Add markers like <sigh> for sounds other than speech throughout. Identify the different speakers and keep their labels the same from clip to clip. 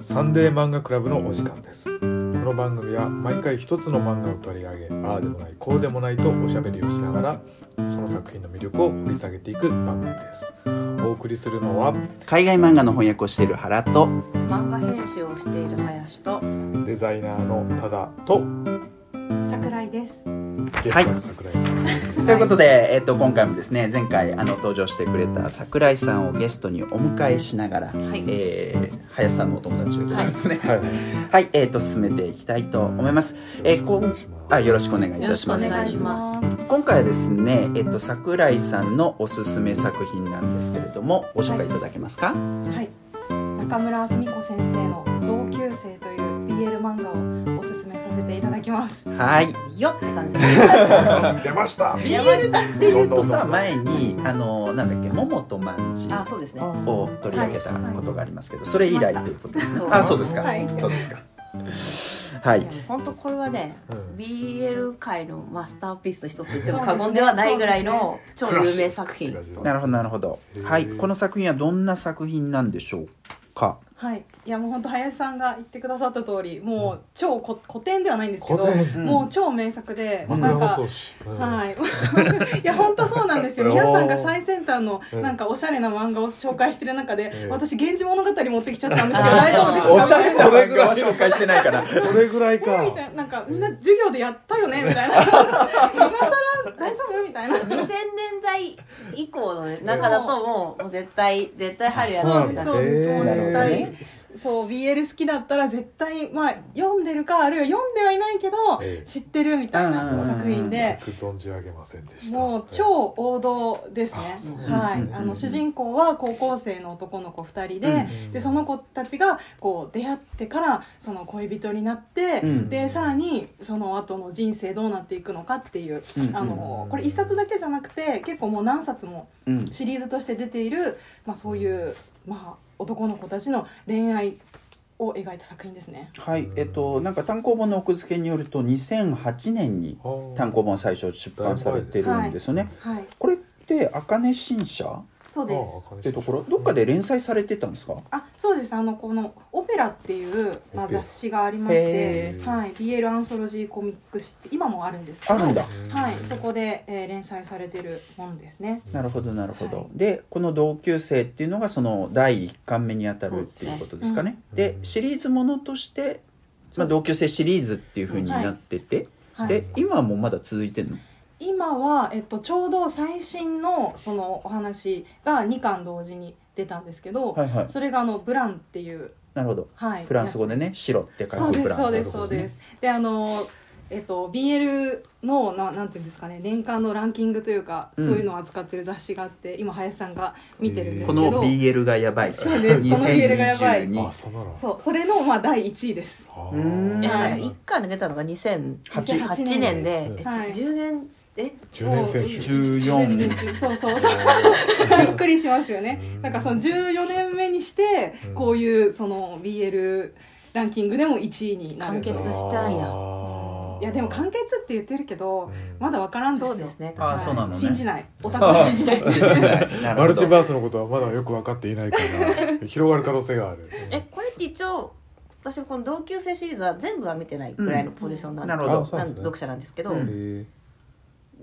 Speaker 1: サンデー漫画クラブのお時間ですこの番組は毎回一つの漫画を取り上げああでもないこうでもないとおしゃべりをしながらその作品の魅力を掘り下げていく番組ですお送りするのは
Speaker 2: 海外漫画の翻訳をしている原と
Speaker 3: 漫画編集をしている林と
Speaker 1: デザイナーのただと
Speaker 3: 桜井です。
Speaker 1: ゲストの桜井さん、
Speaker 2: ということで、えっと今回もですね前回あの登場してくれた桜井さんをゲストにお迎えしながら、
Speaker 3: い
Speaker 2: えー林さんのお友達ということですね
Speaker 1: は
Speaker 2: はいい、えっと進めていきたいと思いますえーこんあよろしくお願いいたします
Speaker 3: よろしくお願いします。
Speaker 2: 今回はですね、えっと桜井さんのおすすめ作品なんですけれどもご紹介いただけますか、
Speaker 4: はい。中村あすみ子先生の同級生という BL 漫画をおすすめさせていただきます。
Speaker 2: はい
Speaker 3: よって感じで
Speaker 1: 出ました
Speaker 3: やばいした。
Speaker 2: で言うとさ前にあのなんだっけ「桃とまんじ」
Speaker 3: あ、そうですね。
Speaker 2: を取り上げたことがありますけど、それ以来ということですね
Speaker 3: そう。
Speaker 2: あ、そうですか。
Speaker 4: はい
Speaker 2: そうですか。はいい
Speaker 3: や。本当これはね、
Speaker 1: うん
Speaker 3: BL 界のマスターピースの一つと言っても過言ではないぐらいの超有名作品。
Speaker 2: なるほど、なるほど。はい。この作品はどんな作品なんでしょうか。
Speaker 4: はい。いやもう本当林さんが言ってくださった通り、もう超こ古典ではないんですけど
Speaker 1: 古、
Speaker 2: 典
Speaker 4: もう超名作で、
Speaker 1: 漫
Speaker 4: なん
Speaker 1: 画
Speaker 4: か
Speaker 1: 放送。誌
Speaker 4: はいい <laughs> や本当そうなんですよ皆さんが最先端のなんかおしゃれな漫画を紹介してる中
Speaker 1: ええ
Speaker 4: で私「源氏物語」持ってきちゃったんですけど
Speaker 3: あー
Speaker 4: 大丈夫です
Speaker 3: お
Speaker 4: か
Speaker 3: しゃ
Speaker 2: れな漫画は紹介してないから。
Speaker 1: それぐらい
Speaker 4: えー
Speaker 1: か
Speaker 4: みたいななんかみんな授業でやったよねみたいな <laughs> 今更大丈夫みたいな
Speaker 3: 2000年代以降の中だともうもう絶対絶対ハリア
Speaker 1: そう
Speaker 3: ー
Speaker 1: な
Speaker 3: み
Speaker 1: んだ
Speaker 3: たい
Speaker 4: そうですそうです
Speaker 2: へー
Speaker 4: 絶対そう BL 好きだったら絶対まあ読んでるかあるいは読んではいないけど
Speaker 1: ええ
Speaker 4: 知ってるみたいな作品で
Speaker 1: よく存じ上げませんでした
Speaker 4: もう超王道ですね
Speaker 1: あそうなんですね
Speaker 4: はいあの主人公は高校生の男の子2人で
Speaker 1: うん
Speaker 4: でその子たちがこう出会ってからその恋人になって
Speaker 2: うん
Speaker 4: でさらにその後の人生どうなっていくのかっていう
Speaker 2: うん
Speaker 4: あのこれ1冊だけじゃなくて結構もう何冊も
Speaker 2: うん。
Speaker 4: シリーズとして出ている、まあ、そういう、まあ、男の子たちの恋愛を描いた作品ですね。
Speaker 2: はい。えっと、なんか単行本の奥付けによると、2008年に単行本最初出版されてるんですよね。
Speaker 4: はい、
Speaker 2: これって、茜新社
Speaker 4: そうです。
Speaker 1: 本
Speaker 2: ってところ、どっかで連載されてたんですか
Speaker 4: あ、そうです。あのこのオペラっていうまあ
Speaker 1: オペラ
Speaker 4: 雑誌がありまして
Speaker 2: へ、
Speaker 1: ー
Speaker 4: はい、BL アンソロジーコミック誌って今もあるんですけ
Speaker 2: あ
Speaker 4: ど、
Speaker 2: るんだ。
Speaker 4: はい、そこで、えー連載されてるものですね。
Speaker 2: なるほどなるほど、
Speaker 4: はい
Speaker 2: でこの同級生っていうのがその第1巻目にあたるっていうことですかね
Speaker 1: そうですね
Speaker 2: で
Speaker 1: うん
Speaker 2: シリーズものとして、まあ、同級生シリーズっていうふうになってて、
Speaker 4: はい、
Speaker 2: で今もまだ続いてんの
Speaker 4: 今は、えっと、ちょうど最新のそのお話が2巻同時に出たんですけど、
Speaker 2: はいはい
Speaker 4: それがあのブランっていう、
Speaker 2: なるほど
Speaker 4: はい、
Speaker 2: フランス語でね「白」って書
Speaker 4: そう
Speaker 2: く
Speaker 4: で
Speaker 2: ブ
Speaker 4: す
Speaker 2: ラン
Speaker 4: そう
Speaker 2: ド
Speaker 4: で
Speaker 2: と
Speaker 4: す
Speaker 2: か
Speaker 4: そう
Speaker 2: ね
Speaker 4: ですであのえっと BL のななんていうんですかね年間のランキングというか、
Speaker 2: うん
Speaker 4: そういうのを扱ってる雑誌があって今林さんが見てるんです
Speaker 2: こ
Speaker 4: けど、
Speaker 2: の BL がやばい
Speaker 4: そうですこの BL がやばい
Speaker 1: あ
Speaker 2: 2022
Speaker 1: そうなの
Speaker 4: そうそれのまあ第1位です
Speaker 1: あー
Speaker 2: うーん
Speaker 3: いやなんか
Speaker 2: い
Speaker 3: 一巻で出たのが
Speaker 2: 八
Speaker 3: 2008年でえ
Speaker 4: はい
Speaker 3: ち10年え
Speaker 1: 10年選手
Speaker 2: 14
Speaker 4: 年そうそうそうびっくりしますよね
Speaker 1: うん
Speaker 4: なんかその14年目にして
Speaker 1: うん
Speaker 4: こういうその BL ランキングでも1位にな
Speaker 3: 完
Speaker 4: る
Speaker 3: 結したんや
Speaker 1: あー
Speaker 4: いやでも完結って言ってるけど
Speaker 1: うん
Speaker 4: まだ分からんですよ
Speaker 3: そうですね
Speaker 2: あーそうなのね
Speaker 4: 信じ
Speaker 1: <laughs>
Speaker 4: ないオタクは信じない
Speaker 2: 信じない
Speaker 4: <laughs>
Speaker 2: なる
Speaker 1: マ
Speaker 2: ほ
Speaker 1: ルチ
Speaker 2: ど
Speaker 1: バースのことはまだよく分かっていないから広がる可能性がある
Speaker 3: えこれって一応私この同級生シリーズは全部は見てないぐらいのポジションなんで
Speaker 2: うんなるほど
Speaker 3: なん読者なんですけど、
Speaker 2: う
Speaker 1: うん
Speaker 2: ん
Speaker 1: へ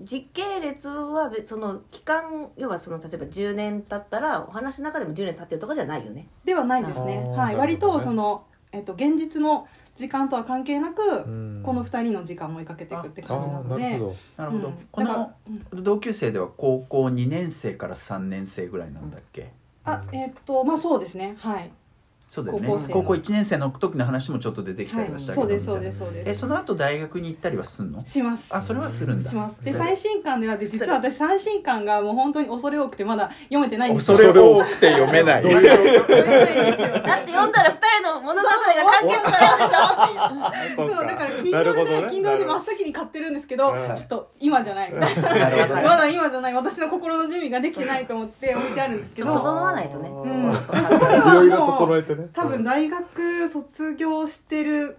Speaker 3: 実系列は別その期間要はその例えば10年経ったらお話の中でも10年経ってるとかじゃないよね
Speaker 4: ではないですね
Speaker 1: あー。
Speaker 4: はい、
Speaker 1: なる
Speaker 4: 割
Speaker 1: ほどね
Speaker 4: とその、えっと、現実の時間とは関係なく、
Speaker 1: ーうん
Speaker 4: この二人の時間を追いかけていくって感じなの
Speaker 1: あーなるほ。
Speaker 4: で
Speaker 1: ど
Speaker 2: なるほど、
Speaker 4: うん
Speaker 2: こ
Speaker 4: だ
Speaker 2: の
Speaker 4: からうん
Speaker 2: 同級生では高校2年生から3年生ぐらいなんだっけ、
Speaker 4: あ、えっと、まあ、そうですね。はい。
Speaker 2: そうだよね
Speaker 4: 高
Speaker 2: 高
Speaker 4: 校
Speaker 2: 校
Speaker 4: 生
Speaker 2: 1年生の時の話もちょっと出てきた
Speaker 4: は。
Speaker 2: りはいした
Speaker 4: そ
Speaker 2: け
Speaker 4: う
Speaker 2: ど、
Speaker 4: です。そうです。そう
Speaker 2: え
Speaker 4: です。
Speaker 2: その後大学に行ったりはすんの
Speaker 4: します。
Speaker 2: あそれはするんだ
Speaker 4: します。で、
Speaker 2: それ
Speaker 4: 最新刊では、で実は私最新刊がもう本当に恐れ多くて、まだ読めてないんです
Speaker 2: 恐
Speaker 4: よ。
Speaker 2: れ多くて読め <laughs> ない
Speaker 4: 読めないんです
Speaker 3: だっ
Speaker 4: よ。
Speaker 3: て読んだら2人の物語が関係もされるでしょっていう
Speaker 1: そ
Speaker 4: そうう
Speaker 1: か
Speaker 4: だから
Speaker 1: なる
Speaker 4: Kindle
Speaker 1: ほ
Speaker 4: で、
Speaker 1: どね
Speaker 4: Kindle で真っ先に買ってるんですけど、
Speaker 1: うん
Speaker 4: ちょっと今じゃ <laughs> <laughs> ない。ま
Speaker 2: なるほどね
Speaker 4: だ今じゃない。私の心の準備ができてないと思って置いてあるんですけ
Speaker 3: ちょっと
Speaker 4: ど。
Speaker 3: 整わないとね
Speaker 4: うん、
Speaker 1: あ
Speaker 4: そこで
Speaker 1: ーいろいろ
Speaker 4: はも
Speaker 1: 整
Speaker 4: う
Speaker 1: えてね
Speaker 4: 多分大学卒業してる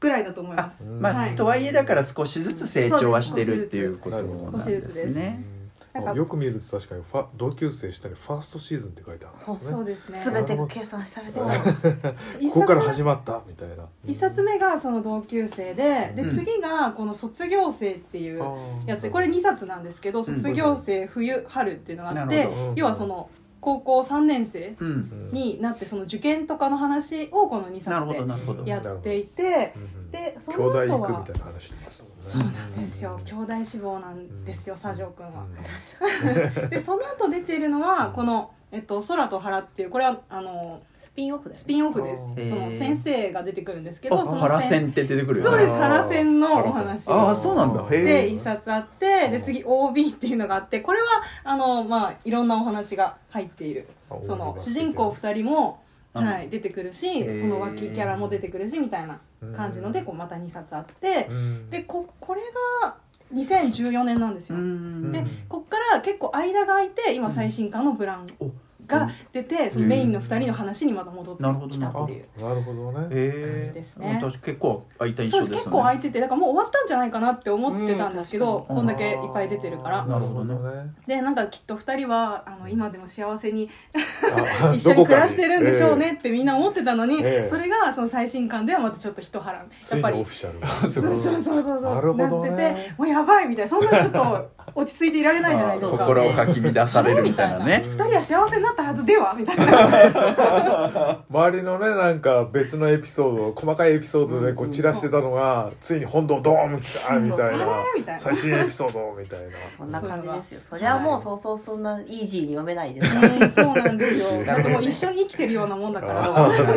Speaker 4: ぐらいだと思いま
Speaker 2: あ
Speaker 4: す。
Speaker 1: うん
Speaker 2: まあ、
Speaker 4: はい
Speaker 2: とはいえだから少しずつ成長はしてるっていうことなん
Speaker 1: そう
Speaker 4: です
Speaker 2: ですね
Speaker 4: なん
Speaker 1: あ
Speaker 4: か
Speaker 1: よく見ると確かにファ同級生下にファーストシーズンって書いてあるんです
Speaker 4: そう
Speaker 1: ね
Speaker 4: ですね
Speaker 3: 全てが計算されて
Speaker 4: そう
Speaker 3: た
Speaker 4: 一
Speaker 1: ここから
Speaker 4: 冊
Speaker 1: 始まったみたいな
Speaker 4: 一冊目がその同級生でで
Speaker 2: うん
Speaker 4: 次がこの卒業生っていうやつでこれ
Speaker 1: に
Speaker 4: 2冊なんですけど卒業生冬春っていうのがあっ
Speaker 2: な
Speaker 4: て
Speaker 2: る
Speaker 1: ほど
Speaker 4: 要はその高校3年生
Speaker 2: うん
Speaker 4: になってその受験とかの話をこの2
Speaker 2: なるほ
Speaker 4: 冊
Speaker 2: どなるほど
Speaker 4: でやっていてでそ
Speaker 1: 兄
Speaker 4: の
Speaker 1: 弟行
Speaker 4: 後
Speaker 1: くみ
Speaker 4: は
Speaker 1: たいな話してましたもんね
Speaker 4: そうなんですよ兄弟志望なんですよ佐条くんは。
Speaker 1: う
Speaker 4: でその後出ているのはこの「えっと、空と原」っていうこれはあの
Speaker 3: スピンオフだよ
Speaker 4: ス
Speaker 3: ね
Speaker 4: ピンオフです
Speaker 1: あ
Speaker 2: ー
Speaker 4: その先生が出てくるんですけど
Speaker 2: あ
Speaker 4: その
Speaker 2: 原
Speaker 4: 先
Speaker 2: 線って出てくるよ
Speaker 4: そうです
Speaker 2: ね
Speaker 4: 原線のお話
Speaker 2: あーそうなんだへー
Speaker 4: で一冊あって
Speaker 1: う
Speaker 4: で
Speaker 1: ん
Speaker 4: 次 OB っていうのがあってこれはあのまあいろんなお話が入っている
Speaker 1: あ
Speaker 4: その
Speaker 1: OB
Speaker 4: 主人公2人も、
Speaker 2: うん
Speaker 4: はい、出てくる
Speaker 2: へー
Speaker 4: しその脇キャラも出てくるしみたいな感じのでこうまた2冊あって
Speaker 1: うん
Speaker 4: でここれが2014年なんです
Speaker 2: う
Speaker 4: よ。
Speaker 2: ん
Speaker 4: でこっから結構間が空いて今最新刊の「ブラン
Speaker 2: お」
Speaker 4: が出てそのメインの2人の話にまた戻ってきた
Speaker 1: あ
Speaker 4: っていう。
Speaker 1: なるほどね
Speaker 2: へ
Speaker 4: じ
Speaker 2: え
Speaker 4: ですね
Speaker 2: 私結構空いた印
Speaker 4: そう
Speaker 2: 象
Speaker 4: で
Speaker 2: ですすよね
Speaker 4: 結構空いててだからもう終わったんじゃないかなって思ってたんですけ
Speaker 3: うん
Speaker 4: ど
Speaker 2: 確かに
Speaker 4: こんだけいっぱい出てるか
Speaker 1: あー
Speaker 4: ら
Speaker 1: なるほどね
Speaker 4: でなんかきっと2人はあの今でも幸せに
Speaker 1: あ
Speaker 4: 一緒に暮らしてるんでしょう、ねってみんな思ってたのに
Speaker 1: ええ
Speaker 4: それがその最新刊ではまたちょっと一波乱
Speaker 1: ど
Speaker 4: や
Speaker 1: こか
Speaker 4: っぱ
Speaker 1: にええついにオフィシ
Speaker 4: り
Speaker 1: ャルが
Speaker 4: そうそうそうそうそう
Speaker 1: なるほどね
Speaker 4: なっててもうやばいみたいなそんなちょっと落ち着いていられないじゃないです
Speaker 2: <laughs>
Speaker 3: あ
Speaker 4: か
Speaker 3: ーそう
Speaker 2: 心をかき乱されるみたいなね
Speaker 4: 2人は幸せになったはずではみたいな
Speaker 1: 周りのねなんか別のエピソード細かいエピソードでこう散らしてたのがついに本堂ドーン来たみたい
Speaker 4: そうそうみたい
Speaker 1: な
Speaker 4: な
Speaker 1: 最新エピソードみたいな
Speaker 3: そんな感じですよそりゃもうそうそうそんなイージーに読めないですから
Speaker 4: うんそうなんですよ
Speaker 2: なるほどね
Speaker 4: もう一緒に生きてるようなもんだか
Speaker 1: あ
Speaker 4: ら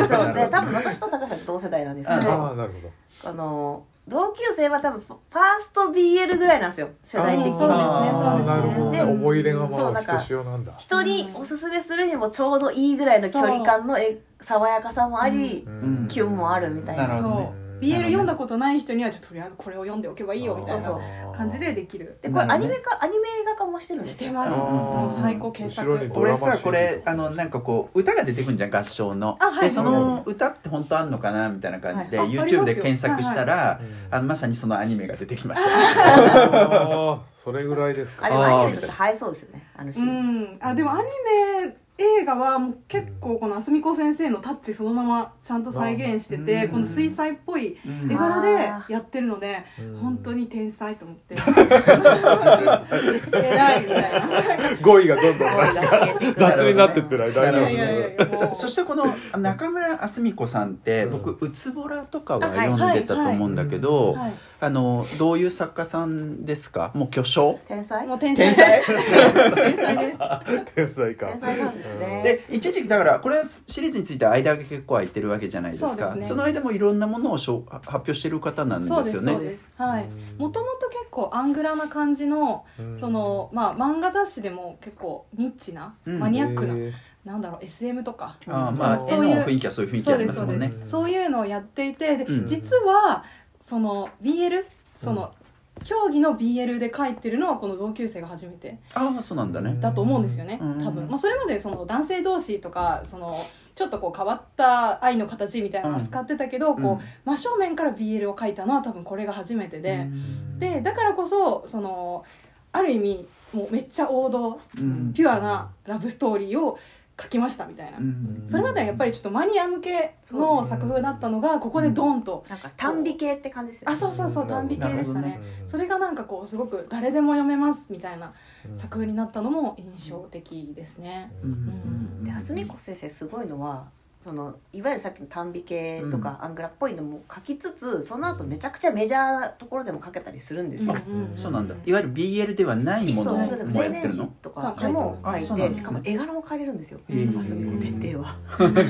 Speaker 3: そうで多分私と坂井さん同世代なんですけど
Speaker 1: ああなるほど
Speaker 3: あの同級生は多分ファースト BL ぐらいなんですよ世代的に
Speaker 4: そうですね
Speaker 1: あー
Speaker 4: そうですね
Speaker 1: なる
Speaker 3: で
Speaker 1: ほど思い入れがま
Speaker 3: そう
Speaker 1: あ
Speaker 3: なん
Speaker 1: ひ
Speaker 3: か
Speaker 1: としおなんだ
Speaker 3: 人におすすめするにもちょうどいいぐらいの距離感のえ爽やかさもあり、
Speaker 1: うん
Speaker 3: キュンもあるみたい
Speaker 2: なるほど
Speaker 4: そ
Speaker 2: ね
Speaker 4: う BL 読んだことない人にはちょっととりあえずこれを読んでおけばいいよみたい
Speaker 3: そう
Speaker 4: な感じでできる
Speaker 3: でこれ
Speaker 2: な
Speaker 3: ア
Speaker 2: るほど
Speaker 3: ニ
Speaker 2: ね
Speaker 3: メ化、アニメ映画化もしてるんで
Speaker 4: し
Speaker 3: す
Speaker 4: て
Speaker 3: よ
Speaker 4: ます
Speaker 2: あー
Speaker 4: もう最高傑
Speaker 1: 後ろに
Speaker 4: 作
Speaker 1: ドラ
Speaker 2: 俺
Speaker 1: マシーン
Speaker 2: さ
Speaker 1: と
Speaker 2: これあのなんかこう歌が出てくるんじゃん合唱の、
Speaker 4: あはい
Speaker 2: でその歌って本当あんのかなみたいな感じで、
Speaker 4: はいあありますよ
Speaker 2: YouTube で検索したら、
Speaker 1: うん
Speaker 2: あのまさにそのアニメが出てきました
Speaker 1: あーそれぐらいです
Speaker 3: あ
Speaker 1: か
Speaker 3: れはアニメとして映えそうですよねあるし、
Speaker 4: うんあでもアニメ映画はもう結構このあすみこ先生のタッチそのままちゃんと再現してて
Speaker 2: うん
Speaker 4: この水彩っぽい
Speaker 2: うん
Speaker 4: 絵
Speaker 2: あ
Speaker 4: 柄でやってるので
Speaker 1: うん
Speaker 4: 本当に天才と思って偉いみ <laughs> たいな
Speaker 1: 語彙がどんどん
Speaker 3: 思いが消えていく
Speaker 1: 雑になってってない大丈
Speaker 4: いやいやい
Speaker 1: 夫
Speaker 4: やも
Speaker 2: そううそしてこの中村あすみ子さんって僕「うつぼら」とかは読んでたと思うんだけど
Speaker 4: はい
Speaker 2: あのどういう作家さんですかもう巨
Speaker 4: <laughs>
Speaker 2: 匠
Speaker 3: 天才
Speaker 4: もう天
Speaker 2: 天
Speaker 4: 才
Speaker 2: 才
Speaker 4: 天才です
Speaker 1: 天才か
Speaker 3: 天才なんですね
Speaker 2: で一時期だからこれシリーズについては間が結構空いてるわけじゃないです
Speaker 4: そうで
Speaker 2: か
Speaker 4: す
Speaker 2: そ
Speaker 4: ね
Speaker 2: の間もいろんなものをしょ発表してる方なんですよね
Speaker 4: そうですそうですはい
Speaker 1: うん
Speaker 4: もともと結構アングラな感じの
Speaker 1: うん
Speaker 4: そのまあ漫画雑誌でも結構ニッチな
Speaker 2: うん
Speaker 4: マニアックな、
Speaker 1: へー
Speaker 4: なんだろう SM とか
Speaker 2: ああまあ絵
Speaker 4: そういう
Speaker 2: の雰囲気はそういう雰囲気
Speaker 4: そ
Speaker 2: あ
Speaker 4: う
Speaker 2: り
Speaker 4: で
Speaker 2: ますす
Speaker 4: そう
Speaker 2: もん
Speaker 4: で
Speaker 2: ね
Speaker 4: すそういうのをやっていてで、
Speaker 2: うん
Speaker 4: 実はその BL その、競技の BL で書いてるのはこの同級生が初めて
Speaker 2: ああそうなんだね
Speaker 4: だと思うんですよね、
Speaker 2: うん
Speaker 4: 多分、まあ、それまでその男性同士とかそのちょっとこう変わった愛の形みたいなのを使ってたけど、こう真正面から BL を書いたのは多分これが初めて
Speaker 2: う
Speaker 4: で、
Speaker 2: ん
Speaker 4: でだからこそそのある意味もうめっちゃ王道
Speaker 2: うん
Speaker 4: ピュアなラブストーリーを書きましたみたいな、
Speaker 2: うん
Speaker 4: それまではやっぱりちょっとマニア向け
Speaker 3: そう
Speaker 4: の
Speaker 1: ね
Speaker 4: 作風だったのがここでドーンと、
Speaker 3: なんか短美系って感じですよね
Speaker 4: あそうそうそう
Speaker 1: なるほ
Speaker 4: 短
Speaker 1: ど
Speaker 4: 美系でしたね
Speaker 2: なる
Speaker 4: それがなんかこうすごく誰でも読めますみたいな作風になったのも印象的ですね、
Speaker 1: うん
Speaker 2: うん
Speaker 3: で蓮見子先生すごいのはそのいわゆるさっきの短美系とかアングラっぽいのも書きつつ、その後めちゃくちゃメジャーなところでも書けたりするんですよ。
Speaker 4: うん
Speaker 2: そう
Speaker 4: <laughs>
Speaker 2: なんだいわゆる BL ではないも
Speaker 3: そ
Speaker 2: のも
Speaker 3: う
Speaker 2: やっ
Speaker 3: 青
Speaker 2: て
Speaker 3: 年
Speaker 2: る
Speaker 3: 誌
Speaker 2: の
Speaker 3: とかでも書
Speaker 2: あ
Speaker 3: い
Speaker 2: そう
Speaker 3: て、
Speaker 2: なんですね
Speaker 3: しかも絵柄も変えれるんですよ
Speaker 2: へー
Speaker 3: 蓮見子天帝は。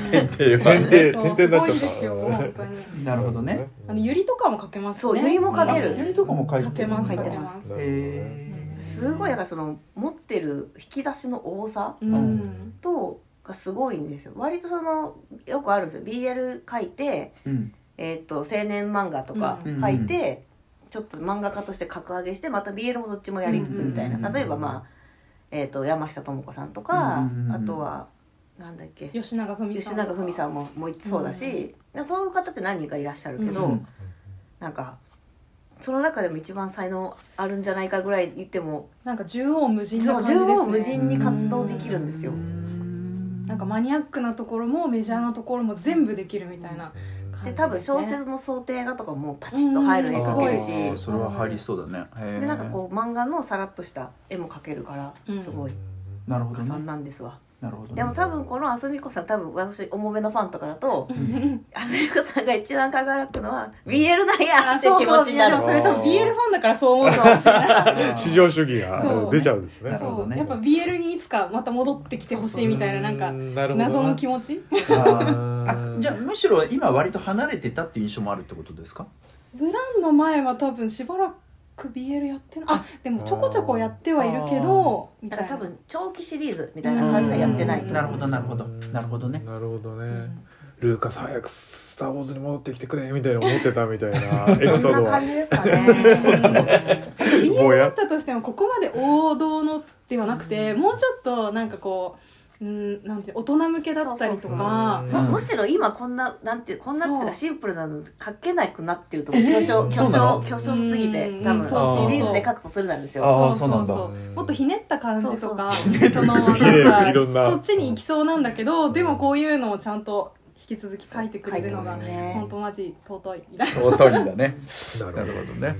Speaker 1: 天帝天帝になっちゃっ
Speaker 4: そうすごいですよ本当
Speaker 1: た
Speaker 4: に
Speaker 2: なるほどね
Speaker 4: あのゆりとかも書けます
Speaker 3: そ
Speaker 4: ね
Speaker 3: うユリも書け
Speaker 2: あユリ
Speaker 3: る
Speaker 2: とかも書いてる
Speaker 4: 書けます
Speaker 3: 書いて
Speaker 4: ま
Speaker 3: ますす
Speaker 1: なるほどね
Speaker 2: へー
Speaker 3: すごいだからその持ってる引き出しの多さ
Speaker 4: うん、
Speaker 2: うん
Speaker 3: とがすごいんですよ割とそのよくあるんですよ BL 書いて、
Speaker 2: うん
Speaker 3: えー、と青年漫画とか書いて、ちょっと漫画家として格上げしてまた BL もどっちもやりつつみたいな、
Speaker 2: うんうんうん
Speaker 3: 例えばまあ、えー、と山下智子さんとか、
Speaker 2: うんうんうん
Speaker 3: あとはなんだっけ
Speaker 4: 吉永文さ
Speaker 3: 吉
Speaker 4: んとか
Speaker 3: 永文さんももうそうだし、そういう方って何人かいらっしゃるけど、
Speaker 2: うん
Speaker 3: なんかその中でも一番才能あるんじゃないかぐらい言っても
Speaker 4: なんか縦横無尽な
Speaker 3: そう
Speaker 4: 感
Speaker 3: 縦
Speaker 4: じですね
Speaker 3: 横無尽に活動できるんですよ
Speaker 4: なんかマニアックなところもメジャーなところも全部できるみたいな感じ
Speaker 3: で多分小説の想定画とかもパチッと入る絵描けるし
Speaker 2: あーそれは入りそうだねへー
Speaker 3: でなんかこう漫画のさらっとした絵も描けるから
Speaker 4: うん
Speaker 3: すごい
Speaker 2: なるほど
Speaker 3: 加算
Speaker 2: ね
Speaker 3: なんですわ、
Speaker 2: なるほどね
Speaker 3: でも多分このあすみこさん多分私重めのファンとかだと
Speaker 4: うん
Speaker 3: あすみこさんが一番輝くのは BL だや
Speaker 4: あ
Speaker 3: って
Speaker 4: そう
Speaker 3: 気
Speaker 4: そ
Speaker 3: 持
Speaker 4: う
Speaker 3: ち
Speaker 4: い
Speaker 3: に
Speaker 4: や
Speaker 3: なる
Speaker 4: でもそれ多分 BL ファンだからそう思うかもしれない
Speaker 2: あー
Speaker 1: 至上主義が
Speaker 4: そう
Speaker 1: 出ちゃうんですね
Speaker 2: なるほどね
Speaker 4: やっぱ BL にいつかまた戻ってきてほしいみたいななん
Speaker 1: う
Speaker 4: か
Speaker 1: んなるほどな
Speaker 4: 謎の気持ち
Speaker 2: あーあじゃあむしろ今割と離れてたっていう印象もあるってことですか
Speaker 4: ブランの前は多分しばらく BL やってないあでもちょこちょこやってはいるけどみ
Speaker 3: だ
Speaker 4: たい
Speaker 3: か
Speaker 4: な
Speaker 3: ら多分長期シリーズみたいな感じでやってないと
Speaker 2: なる
Speaker 3: 思う
Speaker 2: ほ
Speaker 3: ん
Speaker 2: ど
Speaker 3: です
Speaker 2: な
Speaker 3: よ
Speaker 2: るほどなるほどね
Speaker 1: なるほどねルーカス早くスター・ウォーズに戻ってきてくれみたいな思ってたみたいなエピソ
Speaker 3: そ
Speaker 1: ード
Speaker 3: ん
Speaker 4: <laughs>
Speaker 3: な
Speaker 1: は
Speaker 3: 感じですかね
Speaker 1: ぼ
Speaker 2: <laughs>
Speaker 4: BL だ
Speaker 1: や
Speaker 4: ったとしてもここまで王道のではなくてもうちょっとなんかこううんなんて大人向けだったりと
Speaker 3: そうそうそう
Speaker 4: か
Speaker 1: うん
Speaker 3: まむしろ今こんななんていうこんなっていう
Speaker 4: そう
Speaker 3: かシンプルなの書けなくなってると思う巨匠巨
Speaker 2: そうなの
Speaker 3: 匠巨匠すぎて
Speaker 4: うん
Speaker 2: そ
Speaker 3: 多
Speaker 2: う
Speaker 3: 分
Speaker 2: そう
Speaker 3: シリーズで書くとするなんですよ
Speaker 2: あーそうなんだ
Speaker 4: もっとひねった感じとか
Speaker 3: そうそう
Speaker 4: その
Speaker 1: ひねる
Speaker 4: なん
Speaker 1: いろんな
Speaker 4: かそっちに行きそうなんだけどでもこういうのをちゃんと引き続き書いてくれるの
Speaker 3: 書
Speaker 4: が
Speaker 3: いてますね
Speaker 4: 本当マジ尊いみたいな
Speaker 2: 尊いんだね
Speaker 1: な
Speaker 2: なるほどね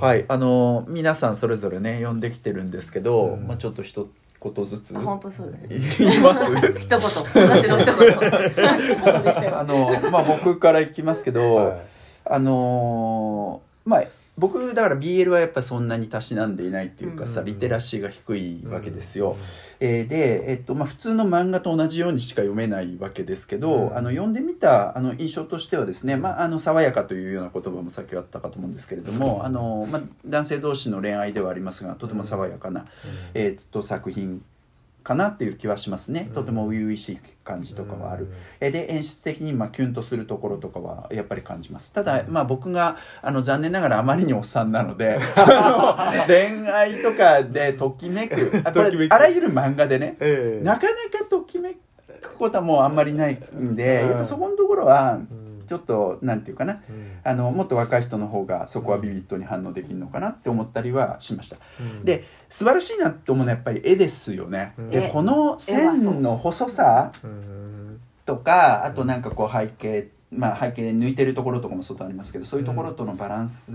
Speaker 2: はいあの皆さんそれぞれね呼んできてるんですけど、
Speaker 1: うん
Speaker 2: まあちょっと一言ずつ
Speaker 3: あ本当そうだね
Speaker 2: 言います
Speaker 3: <laughs> 一言私の一
Speaker 2: <laughs>
Speaker 3: 言
Speaker 2: あのまあ僕からいきますけど、
Speaker 1: はい
Speaker 2: あのーまあ僕だから BL はやっぱそんなにたしなんでいないっていうかさ、
Speaker 1: うん
Speaker 2: リテラシーが低いわけですよ、えーで、えっとまあ、普通の漫画と同じようにしか読めないわけですけど、
Speaker 1: うん
Speaker 2: あの読んでみたあの印象としてはですね、まあ、あの爽やかというような言葉もさっきあったかと思うんですけれども、あのまあ、男性同士の恋愛ではありますがとても爽やかな、えー、と作品かなっていう気はしますね、
Speaker 1: うん
Speaker 2: とても初々しい感じとかはある、えーで演出的にまあキュンとするところとかはやっぱり感じますただまあ僕があの残念ながらあまりにおっさんなのであの恋愛とかでとき
Speaker 1: <laughs>
Speaker 2: めくあこ
Speaker 1: ときめ
Speaker 2: れ
Speaker 1: く
Speaker 2: あらゆる漫画でね
Speaker 1: ええ
Speaker 2: なかなかときめくことはもうあんまりないんで
Speaker 1: うん
Speaker 2: やっぱそこのところは
Speaker 1: うん
Speaker 2: ちょっとなんていうかな
Speaker 1: うん
Speaker 2: あのもっと若い人の方がそこはビビッドに反応できるのかなって思ったりはしました
Speaker 1: うん
Speaker 2: で素晴らしいなと思うのはやっぱり絵ですよね、
Speaker 1: うん
Speaker 2: で
Speaker 3: 絵
Speaker 2: この線の細さ、
Speaker 1: うん
Speaker 2: とかあとなんかこう背景まあ背景抜いてるところとかも外ありますけどそういうところとのバランス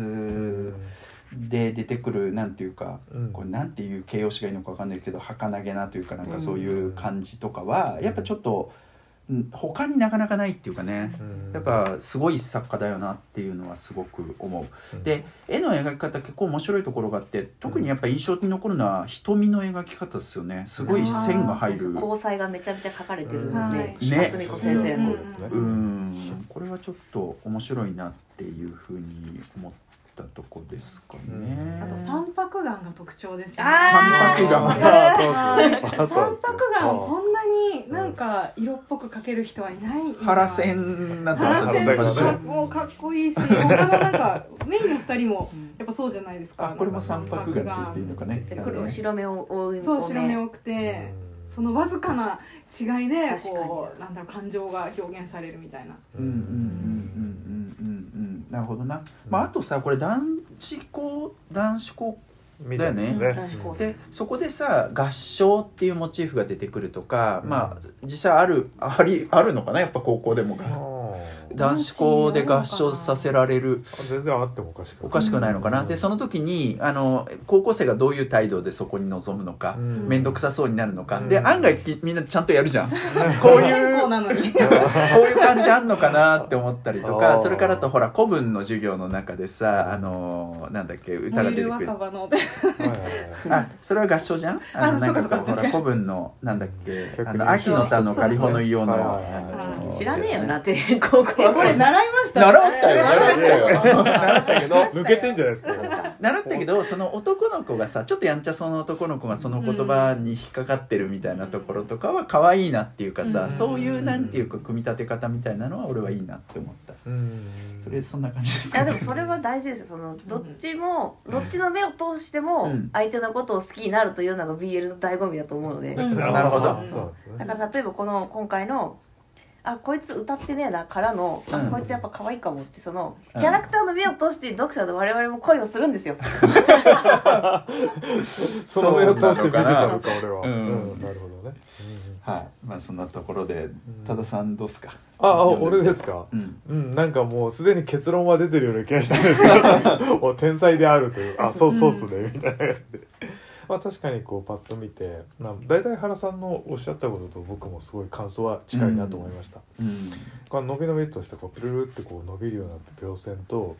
Speaker 2: で出てくるなんていうか、
Speaker 1: うん
Speaker 2: これなんていう形容詞がいいのかわかんないけど儚げなというかなんかそういう感じとかはやっぱちょっとうん他になかなかないっていうかね
Speaker 1: うん
Speaker 2: やっぱすごい作家だよなっていうのはすごく思う。で絵の描き方結構面白いところがあって特にやっぱ印象に残るのは瞳の描き方ですよねすごい線が入る。
Speaker 3: 交際がめちゃめちゃ書かれてるんで、
Speaker 4: はい
Speaker 2: ね
Speaker 3: あすみこ先生の、
Speaker 2: う
Speaker 4: うん
Speaker 2: ーんこれはちょっと面白いなっていうふうに思ったとこですかね。
Speaker 4: あと三白眼が特徴ですよね
Speaker 3: あ
Speaker 2: ー三白眼
Speaker 1: あそうそう
Speaker 4: 三白眼をこんなになんか色っぽく描ける人はいない
Speaker 2: 腹線なんて
Speaker 1: 原
Speaker 4: 腹
Speaker 1: 先
Speaker 4: 線
Speaker 1: 生
Speaker 4: も
Speaker 1: 原先
Speaker 4: かもうかっこいいし他のなんかメインの二人もやっぱそうじゃないです
Speaker 2: あ
Speaker 4: か
Speaker 2: これも三白眼って言っていいのかね。
Speaker 3: で黒白目を覆う
Speaker 4: そう
Speaker 3: 多
Speaker 4: 白
Speaker 3: め
Speaker 4: 目多くてそのわずかな違いで
Speaker 3: 確かに
Speaker 4: こうなんだろう感情が表現されるみたいな
Speaker 2: うんうんうんうんうんうんうんなるほどな。まああとさこれ男子校男子校
Speaker 1: みたいです
Speaker 3: だよね男子高生
Speaker 2: でそこでさ合唱っていうモチーフが出てくるとか、まあ実際あるありあるのかなやっぱ高校でも
Speaker 1: あー
Speaker 2: 男子校で合唱させられる
Speaker 1: 全然あってもおかしくない
Speaker 2: おかしくないのかな、でその時にあの高校生がどういう態度でそこに臨むのか
Speaker 1: うん
Speaker 2: 面倒、くさそうになるのか、
Speaker 1: うん
Speaker 2: で案外きみんなちゃんとやるじゃんこういう
Speaker 4: こ
Speaker 2: こ
Speaker 4: うなのに
Speaker 2: ういう感じあんのかなって思ったりと
Speaker 1: あ
Speaker 2: か
Speaker 1: ー
Speaker 2: それからあとほら古文の授業の中でさあのなんだっけ歌が
Speaker 4: 燃え
Speaker 2: 出て
Speaker 4: る
Speaker 2: くる
Speaker 4: 若葉の
Speaker 1: はいはいはい
Speaker 2: あそれは合唱じゃんあの
Speaker 4: あ
Speaker 2: なんか
Speaker 4: そうか
Speaker 2: こ
Speaker 4: そうう
Speaker 2: ほ
Speaker 4: から
Speaker 2: 古文のなんだっけ
Speaker 1: 曲
Speaker 2: あ
Speaker 1: ね
Speaker 2: の秋の田の仮穂の硫黄の
Speaker 1: はいはい
Speaker 4: はい
Speaker 2: あの
Speaker 3: 知らねえよなって高校 <laughs>
Speaker 4: これ習いました
Speaker 2: 習ったよ習ったよ
Speaker 3: 習ったけど
Speaker 1: 抜けてんじゃないですか
Speaker 2: 習ったけどその男の子がさちょっとやんちゃそうな男の子がその言葉に引っかかってるみたいなところとかは可愛いなっていうかさ、
Speaker 4: うん
Speaker 2: そういうなんていうか組み立て方みたいなのは俺はいいなって思った
Speaker 1: うん
Speaker 2: とりあえずそんな感じです
Speaker 3: い
Speaker 2: か
Speaker 3: やでもそれは大事ですよそのどっちも、どっちの目を通して
Speaker 2: う
Speaker 3: も
Speaker 2: ん
Speaker 3: 相手のことを好きになるというのが BL の醍醐味だと思うので、
Speaker 4: うん
Speaker 2: なるほど
Speaker 1: そうですね
Speaker 3: だから例えばこの今回のあこいつ歌ってねえなからの、あ
Speaker 2: うん
Speaker 3: こいつやっぱ可愛いかもってそのキ
Speaker 2: うん
Speaker 3: ャラクターの目を通して読者の我々も恋をするんですよ。
Speaker 1: その目を通して見てたの
Speaker 2: そうな
Speaker 1: か
Speaker 2: の
Speaker 1: 俺は、う
Speaker 2: うんん
Speaker 1: なるほどね、うんうん
Speaker 2: はいまあそんなところで多田さんどうっすか
Speaker 1: ああ俺ですか
Speaker 2: うん
Speaker 1: うん、なんかもうすでに結論は出てるような気がしたんですけどお天才であるというあそうそうっすねみたいな感じでまあ確かにこうパッと見てまあ大体原さんのおっしゃったことと僕もすごい感想は近いなと思いました、
Speaker 2: うん
Speaker 1: この伸び伸びとしたこうピルルってこう伸びるような描線と、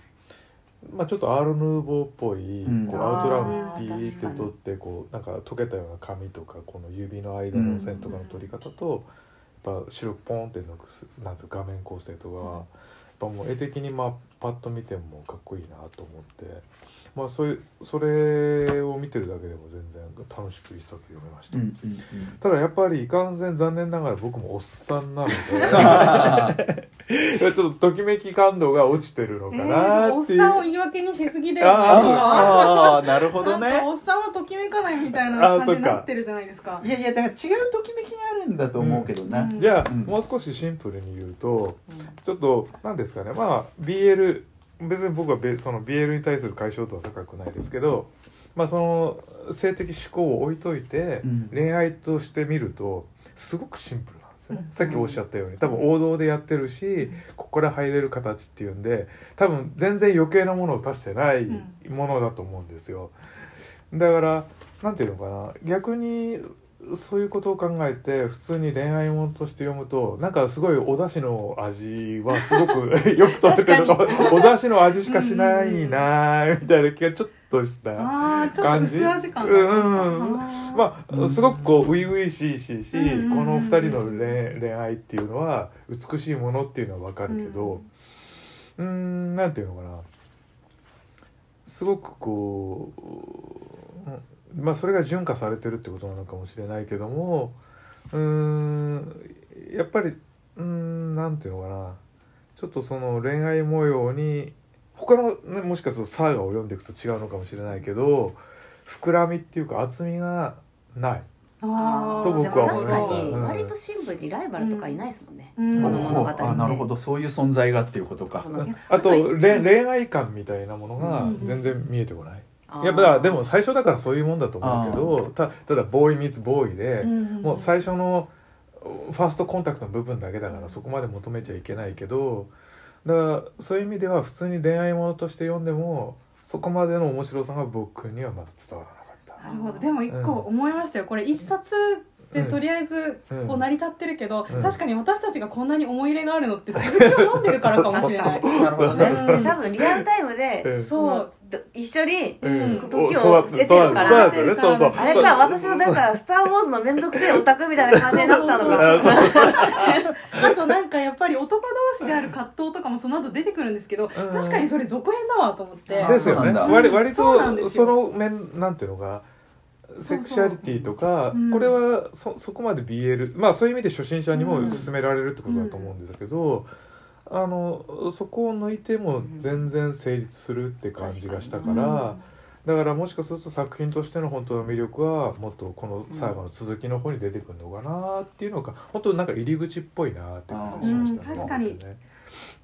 Speaker 1: まあ、ちょっとアール・ヌーボーっぽい、
Speaker 2: うん
Speaker 1: こうアウトラインを
Speaker 3: あー
Speaker 1: ピーって
Speaker 3: 確か
Speaker 1: 取
Speaker 3: に
Speaker 1: ってこうなんか溶けたような紙とかこの指の間の線とかの取り方と、やっぱ白くポンってのくすなんつう画面構成とかは、やっぱもう絵的にまあパッと見てもかっこいいなと思って、まあ、そういうそれを見てるだけでも全然楽しく一冊読めました。
Speaker 2: うんうんうん
Speaker 1: ただやっぱりいかんせん残念ながら僕もおっさんな
Speaker 2: <laughs>
Speaker 1: のでちょっとときめき感度が落ちてる
Speaker 4: <laughs>
Speaker 1: のかな
Speaker 4: お
Speaker 1: ー
Speaker 4: っ
Speaker 1: っていう、
Speaker 4: さんを言い訳にしすぎだ
Speaker 1: あ
Speaker 4: よね
Speaker 2: ああなるほ
Speaker 4: な
Speaker 2: ど
Speaker 4: んか
Speaker 2: ね
Speaker 4: おっさんはときめかないみたいな
Speaker 1: あ
Speaker 4: 感
Speaker 1: そ
Speaker 4: じ
Speaker 1: っか
Speaker 4: になってるじゃないですか
Speaker 2: いやいやだから違うときめきがあるんだと思うけどな、
Speaker 4: うん
Speaker 1: じゃあ、
Speaker 2: うん
Speaker 1: もう少しシンプルに言うとちょっと何ですかねまあ BL 別に僕はべその BL に対する解消度は高くないですけどまあその性的思考を置いといて、
Speaker 2: うん
Speaker 1: 恋愛としてみるとすごくシンプルなんですよね、
Speaker 4: うん
Speaker 1: さっきおっしゃったように多分王道でやってるし、ここから入れる形っていうんで多分全然余計なものを足してないものだと思うんですよ、だからなんていうのかな逆にそういうことを考えて普通に恋愛ものとして読むとなんかすごいお出汁の味はすごく <laughs> よく取れてるのかお出汁の味しかしないなーみたいな気がちょっとした。
Speaker 4: ああちょっと薄味感が
Speaker 1: うんま
Speaker 2: う
Speaker 1: あ、
Speaker 2: ん
Speaker 1: すごくこう初々しいしし、
Speaker 4: うんうんうん
Speaker 1: この二人の恋恋愛っていうのは美しいものっていうのはわかるけどうーんなんていうのかなすごくこううんまあそれが純化されてるってことなのかもしれないけどもうーんやっぱりうーんなんていうのかなちょっとその恋愛模様に他の、ね、もしかするとサーガを読んでいくと違うのかもしれないけど膨らみっていうか厚みがない
Speaker 4: あー
Speaker 1: と僕は
Speaker 3: でも
Speaker 1: 思い
Speaker 3: 確
Speaker 1: ました
Speaker 3: かに
Speaker 1: うん
Speaker 3: 割と新聞にライバルとかいないですもんね。
Speaker 4: うん
Speaker 3: この物語っ
Speaker 2: ほ
Speaker 3: て。
Speaker 2: うあなるほどそういう存在がっていうことか
Speaker 3: その
Speaker 1: あと
Speaker 3: やっぱり
Speaker 1: れ恋愛感みたいなものが
Speaker 4: うん
Speaker 1: 全然見えてこない、
Speaker 3: あー
Speaker 1: やっぱでも最初だからそういうもんだと思うけどたただボーイミーツボーイで、もう最初のファーストコンタクトの部分だけだからそこまで求めちゃいけないけどだからそういう意味では普通に恋愛ものとして読んでもそこまでの面白さが僕にはまだ伝わらなか
Speaker 4: なるほどでも一個思いましたよこれ一冊でとりあえず
Speaker 1: うん
Speaker 4: こう成り立ってるけど、
Speaker 1: うん
Speaker 4: 確かに私たちがこんなに思い入れがあるのって続きを読んでるからかもし
Speaker 1: <laughs>
Speaker 4: れない
Speaker 2: なるほど <laughs> ね
Speaker 4: うん
Speaker 3: 多分リアルタイム
Speaker 1: う
Speaker 3: で
Speaker 1: ん
Speaker 3: そのど一緒に
Speaker 1: った、
Speaker 4: うん
Speaker 1: お
Speaker 3: 時を
Speaker 1: そうなんです
Speaker 3: 経てる
Speaker 1: そうなん
Speaker 3: か
Speaker 1: です
Speaker 3: ら
Speaker 1: そうなんですよねそうそう
Speaker 3: あれか私もだから「スター・ウォーズ」の面倒くせえオタクみたいな感じになったのが
Speaker 1: そう
Speaker 4: <laughs> あとなんかやっぱり男同士である葛藤とかもその後出てくるんですけど、確かにそれ続編だわと思って
Speaker 2: あ
Speaker 1: ですよね
Speaker 2: そうなんだ
Speaker 1: 割
Speaker 4: うん
Speaker 1: 割
Speaker 4: そうなんで
Speaker 1: と
Speaker 4: すよ
Speaker 1: その面なんていうのかセクシャリティとか
Speaker 4: そううん
Speaker 1: これはそそこまで BL まあそういう意味で初心者にも
Speaker 4: うん
Speaker 1: 勧められるってことだと思うんだけど、あのそこを抜いても全然成立するって感じがしたから、だからもしかすると作品としての本当の魅力はもっとこの最後の続きの方に出てくるのかなっていうのが本当なんか入り口っぽいなって感じがしましたね。
Speaker 4: うん確かに
Speaker 1: ね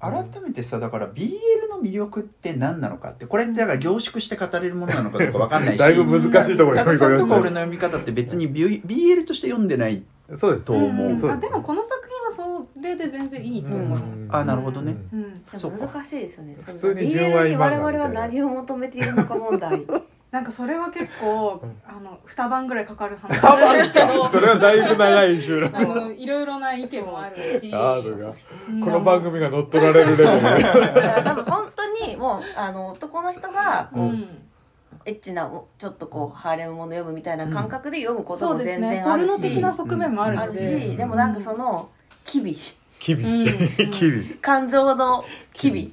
Speaker 2: 改めてさだから BL の魅力って何なのかってこれってだから凝縮して語れるものなのかどうか分かんない
Speaker 1: <laughs>
Speaker 2: し
Speaker 1: だいぶ難しいところに踏
Speaker 2: 多田
Speaker 1: み
Speaker 2: さ
Speaker 1: 込みま
Speaker 2: んと
Speaker 1: し
Speaker 2: か
Speaker 1: たね
Speaker 2: 俺の読み方って別に BL BL として読んでない
Speaker 1: そうです
Speaker 2: と思う
Speaker 1: そう
Speaker 4: あ
Speaker 1: で
Speaker 4: です
Speaker 1: ね
Speaker 4: もこの作品はそれで全然いいと思います、
Speaker 1: うん
Speaker 2: あなるほどね、
Speaker 1: うん
Speaker 4: うん
Speaker 3: でも難しいですよね。
Speaker 1: 普通に純愛漫画みたいな
Speaker 3: BL に我々は何を求めているのか問題。
Speaker 4: なんかそれは結構、
Speaker 1: うん
Speaker 4: あの二晩ぐらいかかる話なんですけ <laughs> ど
Speaker 1: それはだいぶ長い集落
Speaker 4: あのいろいろな意見もあるし
Speaker 1: あーそうか
Speaker 4: うん
Speaker 1: この番組が乗っ取られるレベル
Speaker 3: だから多分本当にもうあの男の人が
Speaker 4: う
Speaker 3: こう、
Speaker 4: ん
Speaker 3: エッチなちょっとこうハーレムもの読むみたいな感覚で読むこと
Speaker 4: そう
Speaker 3: も
Speaker 4: です
Speaker 3: 全
Speaker 4: ね
Speaker 3: 然
Speaker 4: ポ
Speaker 3: あ
Speaker 4: ル
Speaker 3: る
Speaker 4: ノ
Speaker 3: し、
Speaker 4: 的な側面もある
Speaker 3: あ
Speaker 4: の
Speaker 3: る
Speaker 4: で
Speaker 3: し、
Speaker 1: うん
Speaker 3: でもなんかその機微
Speaker 1: 機微
Speaker 4: うん
Speaker 1: 機微
Speaker 3: 感情の機微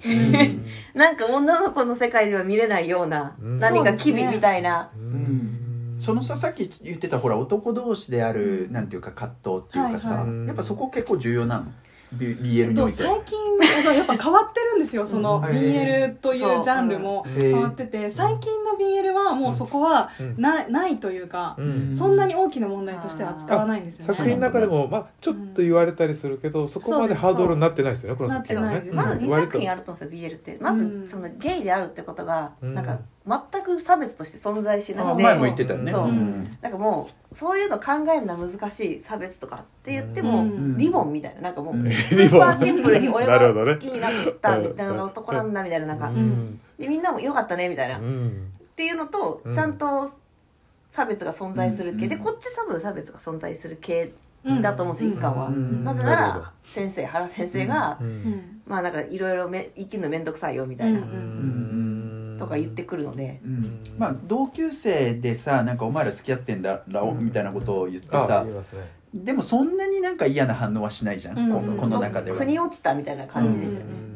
Speaker 3: なんか女の子の世界では見れないような、
Speaker 1: うん
Speaker 3: 何か機微みたいな、
Speaker 1: うん
Speaker 2: そのささっき言ってたほら男同士である、
Speaker 4: うん
Speaker 2: なんていうか葛藤っていうかさ、
Speaker 1: はいはい
Speaker 2: やっぱそこ結構重要なの B- BL に
Speaker 4: と
Speaker 2: おいて
Speaker 4: 最近驚そうやっぱ変わってるんですよその
Speaker 2: うん
Speaker 4: BL というジ
Speaker 3: そう
Speaker 4: ャンルも
Speaker 1: うん
Speaker 2: え
Speaker 4: 変わってて最近の BL はもうそこは
Speaker 1: うん
Speaker 4: なないというか
Speaker 1: うん
Speaker 4: そんなに大きな問題としては扱わないんですよ
Speaker 1: 作
Speaker 4: ね
Speaker 1: 品の中でも、まあ、ちょっと言われたりするけど、そこまでハードルになってないですよねこの作品は
Speaker 4: なっ
Speaker 1: ね
Speaker 4: てない
Speaker 3: まず
Speaker 1: うん
Speaker 3: 2作品あると思うんですよ BL ってま
Speaker 4: うん
Speaker 3: ずそのゲイであるってことが
Speaker 1: うん
Speaker 3: なんか全く差別として存在しな
Speaker 2: あ
Speaker 3: くて
Speaker 2: 前も言ってたよね
Speaker 3: そうんなんかもうそういうの考えるのは難しい差別とかって言って
Speaker 4: う
Speaker 3: も
Speaker 4: ん
Speaker 3: リボンみたいななんかも
Speaker 2: うん
Speaker 3: うスーパーシンプルに俺は
Speaker 1: なるほどね
Speaker 3: 好きになったみたい
Speaker 1: うん
Speaker 3: な男なんだみたいななん
Speaker 1: う
Speaker 3: か
Speaker 1: ん
Speaker 3: でみんなもよかったねみたいな
Speaker 1: う
Speaker 3: っ
Speaker 1: ん
Speaker 3: ていうのと
Speaker 1: うん
Speaker 3: ちゃんと差別が存在する
Speaker 2: う
Speaker 3: 系
Speaker 2: ん
Speaker 3: でこっち多分差別が存在する系
Speaker 4: うん
Speaker 3: だと思うんですよ一巻は
Speaker 2: う。ん
Speaker 3: なぜなら先生原先生が
Speaker 1: う
Speaker 4: うんん
Speaker 3: まあなんかいろいろめ生きるの面倒くさいよみたいな
Speaker 4: うん
Speaker 3: とか言ってくるので、
Speaker 2: うんまあ同級生でさなんかお前ら付き合ってんだろみたいなことを言って
Speaker 1: あ
Speaker 2: さ
Speaker 1: 言いますね
Speaker 2: でもそんなになんか嫌な反応はしないじゃん、
Speaker 4: うん
Speaker 2: こ
Speaker 4: そう
Speaker 2: この中では
Speaker 3: 腑に落ちたみたいな感じでしたよね、
Speaker 1: うん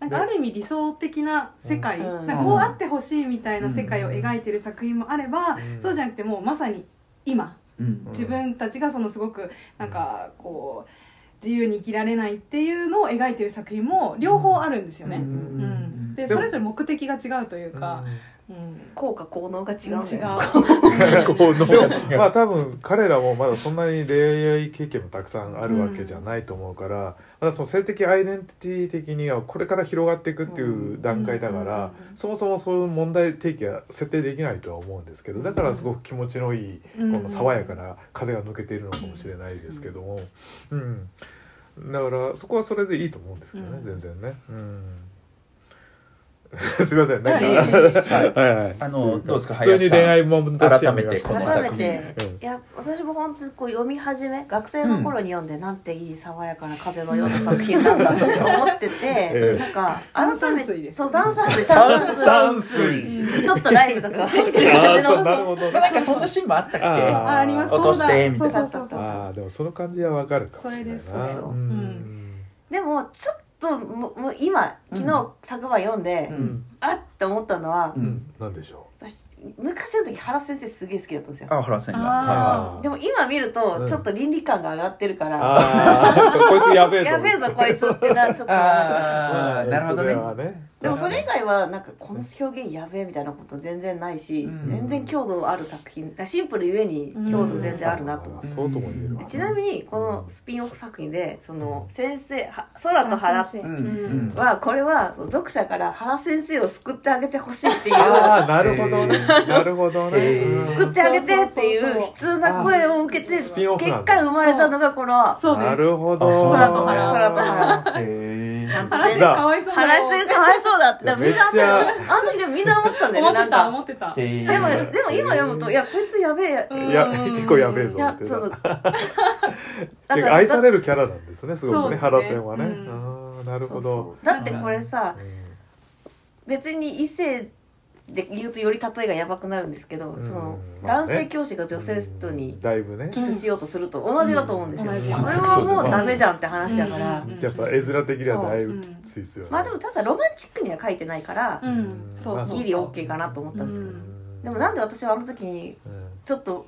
Speaker 4: なんかある意味理想的な世界、
Speaker 3: うん
Speaker 4: なんかこうあってほしいみたいな世界を描いてる作品もあれば、
Speaker 1: うん
Speaker 4: そうじゃなくてもうまさに今
Speaker 2: うん
Speaker 4: 自分たちがそのすごくなんかこう自由に生きられないっていうのを描いてる作品も両方あるんですよね。
Speaker 2: う
Speaker 4: うんんで
Speaker 1: でも
Speaker 4: それぞれ目的が違うというか、うん
Speaker 3: 効果効能が違
Speaker 4: 違
Speaker 3: う
Speaker 4: う、
Speaker 3: んだよね
Speaker 4: <laughs>
Speaker 1: うんまあ多分彼らもまだそんなに恋愛経験もたくさんあるわけじゃないと思うから、まだその性的アイデンティティ的にはこれから広がっていくっていう段階だから、
Speaker 4: うん
Speaker 1: そもそもそういう問題提起は設定できないとは思うんですけどだからすごく気持ちのいいこの爽やかな風が抜けているのかもしれないですけども、うんだからそこはそれでいいと思うんですけどね、
Speaker 4: うん
Speaker 1: 全然ね。うん <laughs> すみませんなんか、
Speaker 4: いやいや
Speaker 1: <laughs>
Speaker 4: いや
Speaker 1: はいはい
Speaker 2: あのどうですか
Speaker 1: 普通に
Speaker 2: 林さん
Speaker 1: 恋愛もんとして
Speaker 2: 改めてこの
Speaker 3: 改
Speaker 2: 作
Speaker 3: め
Speaker 2: 品
Speaker 3: て
Speaker 1: うん
Speaker 3: いや私も本当にこう読み始め学生の頃に読んで、なんていい爽やかな風のような作品なんだって思ってて、
Speaker 1: え
Speaker 3: なんか改め
Speaker 4: 炭酸水で
Speaker 3: て
Speaker 4: す
Speaker 3: そう炭酸水
Speaker 2: 炭
Speaker 3: 炭
Speaker 1: <laughs>
Speaker 2: 酸
Speaker 3: 酸
Speaker 2: 水
Speaker 4: うん
Speaker 3: 水ちょっとライムとかが入ってる
Speaker 1: あ
Speaker 3: 感じ
Speaker 1: ーそうなる
Speaker 3: の
Speaker 1: ほど
Speaker 2: まあなんかそんなシーンもあったっけ
Speaker 1: あ
Speaker 4: ああります
Speaker 2: 落としてみたい
Speaker 3: な
Speaker 4: そうだそうそうそうそう
Speaker 1: あーでもその感じはわかるかもしれないな
Speaker 4: それです
Speaker 3: そう
Speaker 1: う
Speaker 3: うんでもちょっともうもう今昨日昨晩読んで、
Speaker 2: う
Speaker 1: うんん
Speaker 3: あっって思ったのは
Speaker 2: う
Speaker 1: うんんなんでしょ
Speaker 3: 私昔の時原先生すげえ好きだったんですよ
Speaker 2: あ原さんが
Speaker 1: あー
Speaker 4: あ
Speaker 3: でも今見る
Speaker 1: う
Speaker 3: と
Speaker 1: ん
Speaker 3: ちょっと倫理観が上がってるか
Speaker 1: う
Speaker 3: ら、
Speaker 1: ああこいつやべえぞ
Speaker 3: やべえぞこいつってなちょっと
Speaker 2: あ
Speaker 1: う
Speaker 2: あ
Speaker 1: ん
Speaker 2: なるほど
Speaker 1: それ
Speaker 2: ね
Speaker 1: はね
Speaker 3: でもそれ以外はなんかこの表現やべえみたいなこと全然ないし、
Speaker 2: うん
Speaker 3: 全然強度ある作品シンプルゆえに強度全然あるなと思って、
Speaker 1: そうとも言えるわ
Speaker 3: でちなみにこのスピンオフ作品でその先生は空と
Speaker 4: 原
Speaker 3: 原
Speaker 4: 先生
Speaker 2: うん
Speaker 4: うん
Speaker 3: はこれはその読者から原先生を救ってあげてほしいっていう
Speaker 1: ああなるほどねなるほどね
Speaker 2: えー
Speaker 1: うん
Speaker 3: 救ってあげてっていう悲痛な声を受けて
Speaker 1: あー
Speaker 3: 結
Speaker 1: スピンオフなんだ
Speaker 3: 果生まれたのがこの
Speaker 4: そう
Speaker 1: な
Speaker 4: です
Speaker 1: るほど
Speaker 2: 空と
Speaker 3: 原空と原
Speaker 2: へえ
Speaker 3: ちゃんと
Speaker 4: 原先生かわいそうだ
Speaker 3: 原先生かわいそうだってだからみんなあん
Speaker 1: いやめっ
Speaker 3: たあの時でもみんな思ったんだよ
Speaker 4: 思
Speaker 3: ね
Speaker 4: っ
Speaker 3: な
Speaker 4: て
Speaker 3: ん
Speaker 4: た
Speaker 3: か
Speaker 4: 思ってた
Speaker 2: へえ
Speaker 3: でもでも今読むといやこいつやべえ
Speaker 4: うん
Speaker 1: いや一個やべえぞ
Speaker 3: いや
Speaker 1: って
Speaker 3: そ
Speaker 1: な <laughs>
Speaker 3: う
Speaker 1: てか愛されるキャラなんですねすごくね
Speaker 4: そうで
Speaker 1: 原
Speaker 4: すね
Speaker 1: 戦はね
Speaker 4: うん
Speaker 1: あーなるほど
Speaker 3: だってこれさ
Speaker 1: うん
Speaker 3: 別に異性で言うとより例えがやばくなるんですけどその
Speaker 1: うん
Speaker 3: 男性教師が女性生徒に
Speaker 1: だいぶね
Speaker 3: キスしようとすると同じだと思うんですよ
Speaker 4: うん
Speaker 3: こ
Speaker 4: 同
Speaker 3: れ
Speaker 4: じ
Speaker 3: はもうダメじゃんって話だから
Speaker 4: うん
Speaker 1: やっぱ絵面的にはだいぶきついですよね
Speaker 3: まあでもただロマンチックには書いてないから
Speaker 4: うんそうそうそう
Speaker 3: ギリ OK かなと思ったんですけど
Speaker 1: うん
Speaker 3: でもなんで私はあの時に
Speaker 1: うん
Speaker 3: ちょっと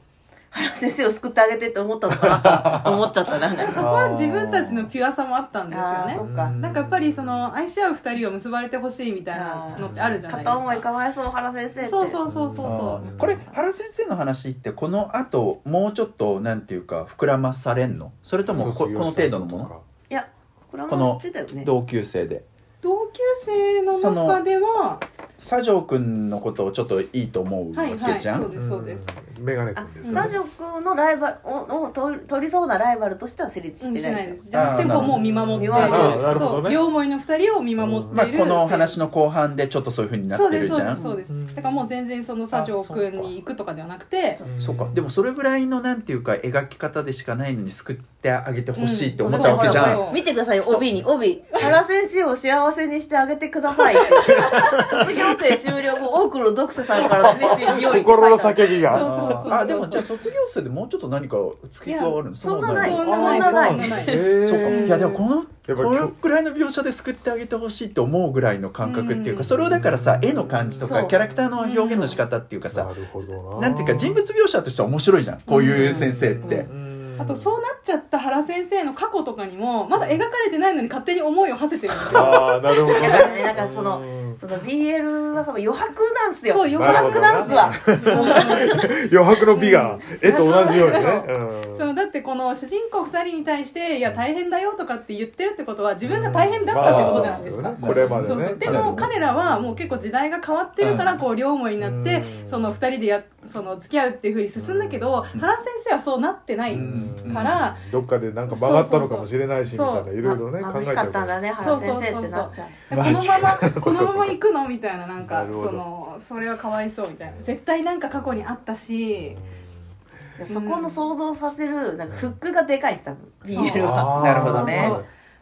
Speaker 3: 原先生を救ってあげてって思ったのかなと思っちゃったなんか
Speaker 4: そこは自分たちのピュアさもあったんですよ
Speaker 3: あー
Speaker 4: ね
Speaker 3: そっか
Speaker 1: うん
Speaker 4: なんかやっぱりその愛し合う二人を結ばれてほしいみたいなのってあるじゃないです
Speaker 3: 片思い
Speaker 4: か。
Speaker 3: かわいそう原先生って
Speaker 4: そうそうそうそうそ
Speaker 1: うん
Speaker 4: う。
Speaker 2: これ原先生の話ってこの後もうちょっとなんていうか膨らまされんのそれともここ
Speaker 1: 卒業
Speaker 2: の程度のも
Speaker 1: した
Speaker 2: の
Speaker 1: とか
Speaker 3: いやこれは
Speaker 2: こ
Speaker 3: も
Speaker 2: の
Speaker 3: う知ってたよね
Speaker 2: 同級生で
Speaker 4: 同級生の中では
Speaker 2: 佐城くんのことをちょっといいと思うわ
Speaker 4: はいは
Speaker 2: け
Speaker 4: い
Speaker 2: じゃん、
Speaker 4: そうですそうです。
Speaker 1: うんメガネく
Speaker 3: あ
Speaker 1: んですよ
Speaker 3: スタ
Speaker 1: ね
Speaker 3: ジオ君のライバルをを取り取りそうなライバルとしては成立し
Speaker 4: うん
Speaker 3: て
Speaker 4: し
Speaker 3: ない
Speaker 4: な
Speaker 3: で
Speaker 4: い
Speaker 3: す
Speaker 4: で
Speaker 3: よ
Speaker 4: す。じゃなくてこうもう見守っている
Speaker 3: あー
Speaker 1: なるほどね
Speaker 4: そう両思いの二人を見守
Speaker 2: ま
Speaker 4: っ
Speaker 2: あ、
Speaker 4: ている。
Speaker 2: この話の後半でちょっとそういうふうにな
Speaker 4: そ
Speaker 2: っ
Speaker 4: う
Speaker 2: て
Speaker 4: です
Speaker 2: る
Speaker 4: そ
Speaker 2: じゃ
Speaker 4: うで
Speaker 2: ん
Speaker 4: すそうです
Speaker 1: うん。
Speaker 4: だからもう全然その佐城くんに行くとかではなくて、
Speaker 1: うん
Speaker 2: そうかでもそれぐらいのなんていうか描き方でしかないのに救ってあげてほしいって思ったわけじゃん、
Speaker 4: うん
Speaker 3: ほらほら見てくださいよ
Speaker 2: そう
Speaker 3: 帯に帯原先生を幸せにしてあげてくださいって卒業生終了後多くの読者さんからのメッセージよりって書いて
Speaker 1: 心
Speaker 3: あ
Speaker 1: の
Speaker 3: る
Speaker 1: 叫びが
Speaker 4: そうそうそうそう
Speaker 2: あでもじゃあ卒業生でもうちょっと何か付け加わるの
Speaker 3: そんなない
Speaker 4: そ
Speaker 3: そ
Speaker 4: んな
Speaker 3: な
Speaker 4: んな
Speaker 3: ない
Speaker 4: い
Speaker 3: ない
Speaker 4: い
Speaker 2: そうか
Speaker 1: へー
Speaker 2: いやでもこの
Speaker 1: ぱり
Speaker 2: このくらいの描写で救ってあげてほしいって思うぐらいの感覚っていう
Speaker 4: う
Speaker 2: か
Speaker 4: ん
Speaker 2: それをだからさ絵の感じとか
Speaker 3: そう
Speaker 2: キャラクターの表現の仕方っていうかさ
Speaker 1: なるほどな
Speaker 2: なんていうか人物描写としては面白いじゃんこういう先生って
Speaker 1: うんうん
Speaker 4: あとそうなっちゃった原先生の過去とかにもまだ描かれてないのに勝手に思いを馳せてるんですよ
Speaker 1: ああなるほど
Speaker 3: だからねなんかその
Speaker 1: うん
Speaker 3: その BL はその余白なんすよ
Speaker 4: そう余
Speaker 3: 余
Speaker 1: 白
Speaker 3: 白なんすわ
Speaker 1: 余白の美が絵と同じようにね
Speaker 4: そのだってこの主人公2人に対して「いや大変だよ」とかって言ってるってことは自分が大変だったってことじゃないですか
Speaker 1: まあ。そうですよねこれま
Speaker 4: そう
Speaker 1: で
Speaker 4: そう
Speaker 1: ね
Speaker 4: でも彼らはもう結構時代が変わってるからこう両思いになって
Speaker 1: うん
Speaker 4: その2人でやその付き合うっていうふうに進んだけど
Speaker 2: うん
Speaker 4: 原先生はそうなってない
Speaker 1: うん
Speaker 4: から
Speaker 1: どっかでなんか曲がったのかもしれないしみ
Speaker 4: そう
Speaker 1: た
Speaker 4: そう
Speaker 1: いない
Speaker 4: そ
Speaker 1: ろいろね考
Speaker 3: 眩
Speaker 1: えち
Speaker 3: し
Speaker 1: ゃ
Speaker 3: か
Speaker 1: う
Speaker 3: ったんだね
Speaker 4: そう
Speaker 3: 原
Speaker 4: そうそうそう
Speaker 3: 先生ってなっちゃう
Speaker 4: このま
Speaker 1: <laughs>
Speaker 4: まこのまま行くのみたいななん
Speaker 1: な
Speaker 4: か
Speaker 1: る
Speaker 4: そ
Speaker 1: ほど
Speaker 4: のそれはかわいそうみたいな絶対なんか過去にあったし
Speaker 3: いやそこの想像させるなんかフックがでかいんです多分 BL は
Speaker 1: あー
Speaker 2: なるほどね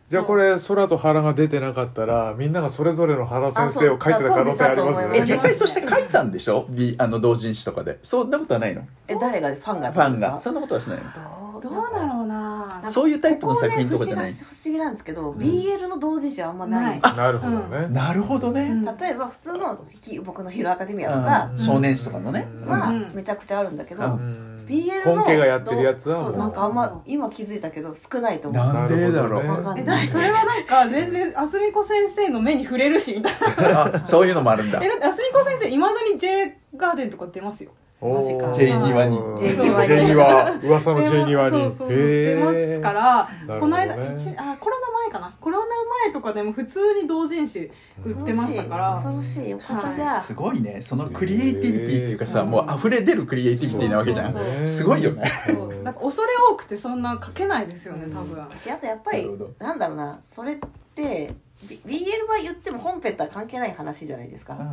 Speaker 1: じゃあこれ空と原が出てなかったらみんながそれぞれの原先生を描いてた可能性ありますね
Speaker 2: え
Speaker 3: あそうだそうだと思います
Speaker 2: 実際そして書いたんでしょ B あの同人誌とかでそんなことはないの
Speaker 3: え誰がファンが
Speaker 2: ファンがそんなことはしないの
Speaker 3: どう
Speaker 4: どうだろうな
Speaker 3: なんか
Speaker 2: そういうタイプの
Speaker 3: ここ
Speaker 2: 作
Speaker 3: ね
Speaker 2: 品とかじゃない
Speaker 3: 不思議が不思議なんですけど、BL の同人誌はあんまない、
Speaker 4: な
Speaker 1: なるほどね、
Speaker 2: なるほどね
Speaker 4: うん
Speaker 3: 例えば普通のひ僕のヒロアカデミアとか
Speaker 2: うん少年誌とかのね
Speaker 1: うん
Speaker 3: は
Speaker 4: うん
Speaker 3: めちゃくちゃあるんだけど、
Speaker 2: うん
Speaker 3: BL の
Speaker 1: 本家がやってるやつはも
Speaker 3: そううなんかあんま今気づいたけど少ないと思う
Speaker 2: なんでだろう
Speaker 1: なるほどね
Speaker 3: わかん
Speaker 4: え
Speaker 3: な
Speaker 4: だ
Speaker 3: い
Speaker 4: それはなんか全然あすみこ先生の目に触れるしみたいな
Speaker 2: あそういうのもあるんだ
Speaker 4: えだってあすみこ先生いまだに J ガーデンとか出ますよ
Speaker 1: おー
Speaker 3: マジか
Speaker 2: ジェイニワに
Speaker 1: ジェイ
Speaker 3: ジェイニワに
Speaker 1: ニワ噂のジェイニワに
Speaker 4: でもそうそう出ますから、
Speaker 1: なる
Speaker 4: こ
Speaker 1: ほど
Speaker 4: の
Speaker 1: ね
Speaker 4: 間一あコロナ前かなコロナ前とかでも普通に同人誌売ってましたから
Speaker 3: 恐ろしいよかったじゃあ、
Speaker 2: すごいねそのクリエイティビティっていうかさ、
Speaker 4: うん
Speaker 2: もう溢れ出るクリエイティビティなわけじゃん
Speaker 4: そうそうそう
Speaker 2: すごいよね
Speaker 4: そうなんか恐れ多くてそんな書けないですよね多分
Speaker 3: しあとやっぱり
Speaker 2: なるほど
Speaker 3: なんだろうなそれって、B、BL は言っても本編とは関係ない話じゃないですか、
Speaker 2: う
Speaker 3: だ
Speaker 1: うん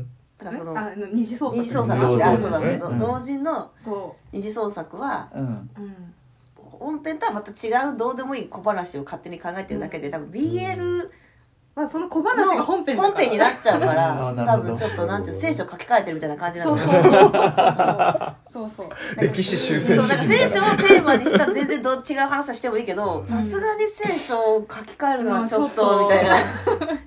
Speaker 1: ん
Speaker 3: からその
Speaker 4: あの二次創作
Speaker 3: 二次創作
Speaker 2: 同
Speaker 3: あ
Speaker 2: 同
Speaker 3: そ
Speaker 2: 時
Speaker 3: うだ
Speaker 2: ね
Speaker 3: そううん同人の
Speaker 4: そ
Speaker 3: 二次創作は
Speaker 2: うん
Speaker 4: う、うん、
Speaker 3: 本編とはまた違うどうでもいい小話を勝手に考えてるだけで多分 BL
Speaker 4: まあその小話
Speaker 3: の
Speaker 4: が本編だから
Speaker 3: 本編になっちゃうか
Speaker 2: あ
Speaker 3: ら
Speaker 2: ーな
Speaker 3: 多
Speaker 2: るほど
Speaker 3: 分ちょっとなんて聖書書き換えてるみたいな感じな
Speaker 4: そ
Speaker 3: の
Speaker 4: う
Speaker 3: か
Speaker 4: そう
Speaker 3: な
Speaker 4: そうそうそうそうそう
Speaker 2: 歴史修
Speaker 3: そう
Speaker 2: 正
Speaker 3: なん
Speaker 2: 主義
Speaker 3: か
Speaker 2: みた
Speaker 3: 聖
Speaker 2: い
Speaker 3: 書
Speaker 2: な
Speaker 3: をテーマにしたら全然どう違う話はしてもいいけどさすがに聖書を書き換えるのはちょっとみたいな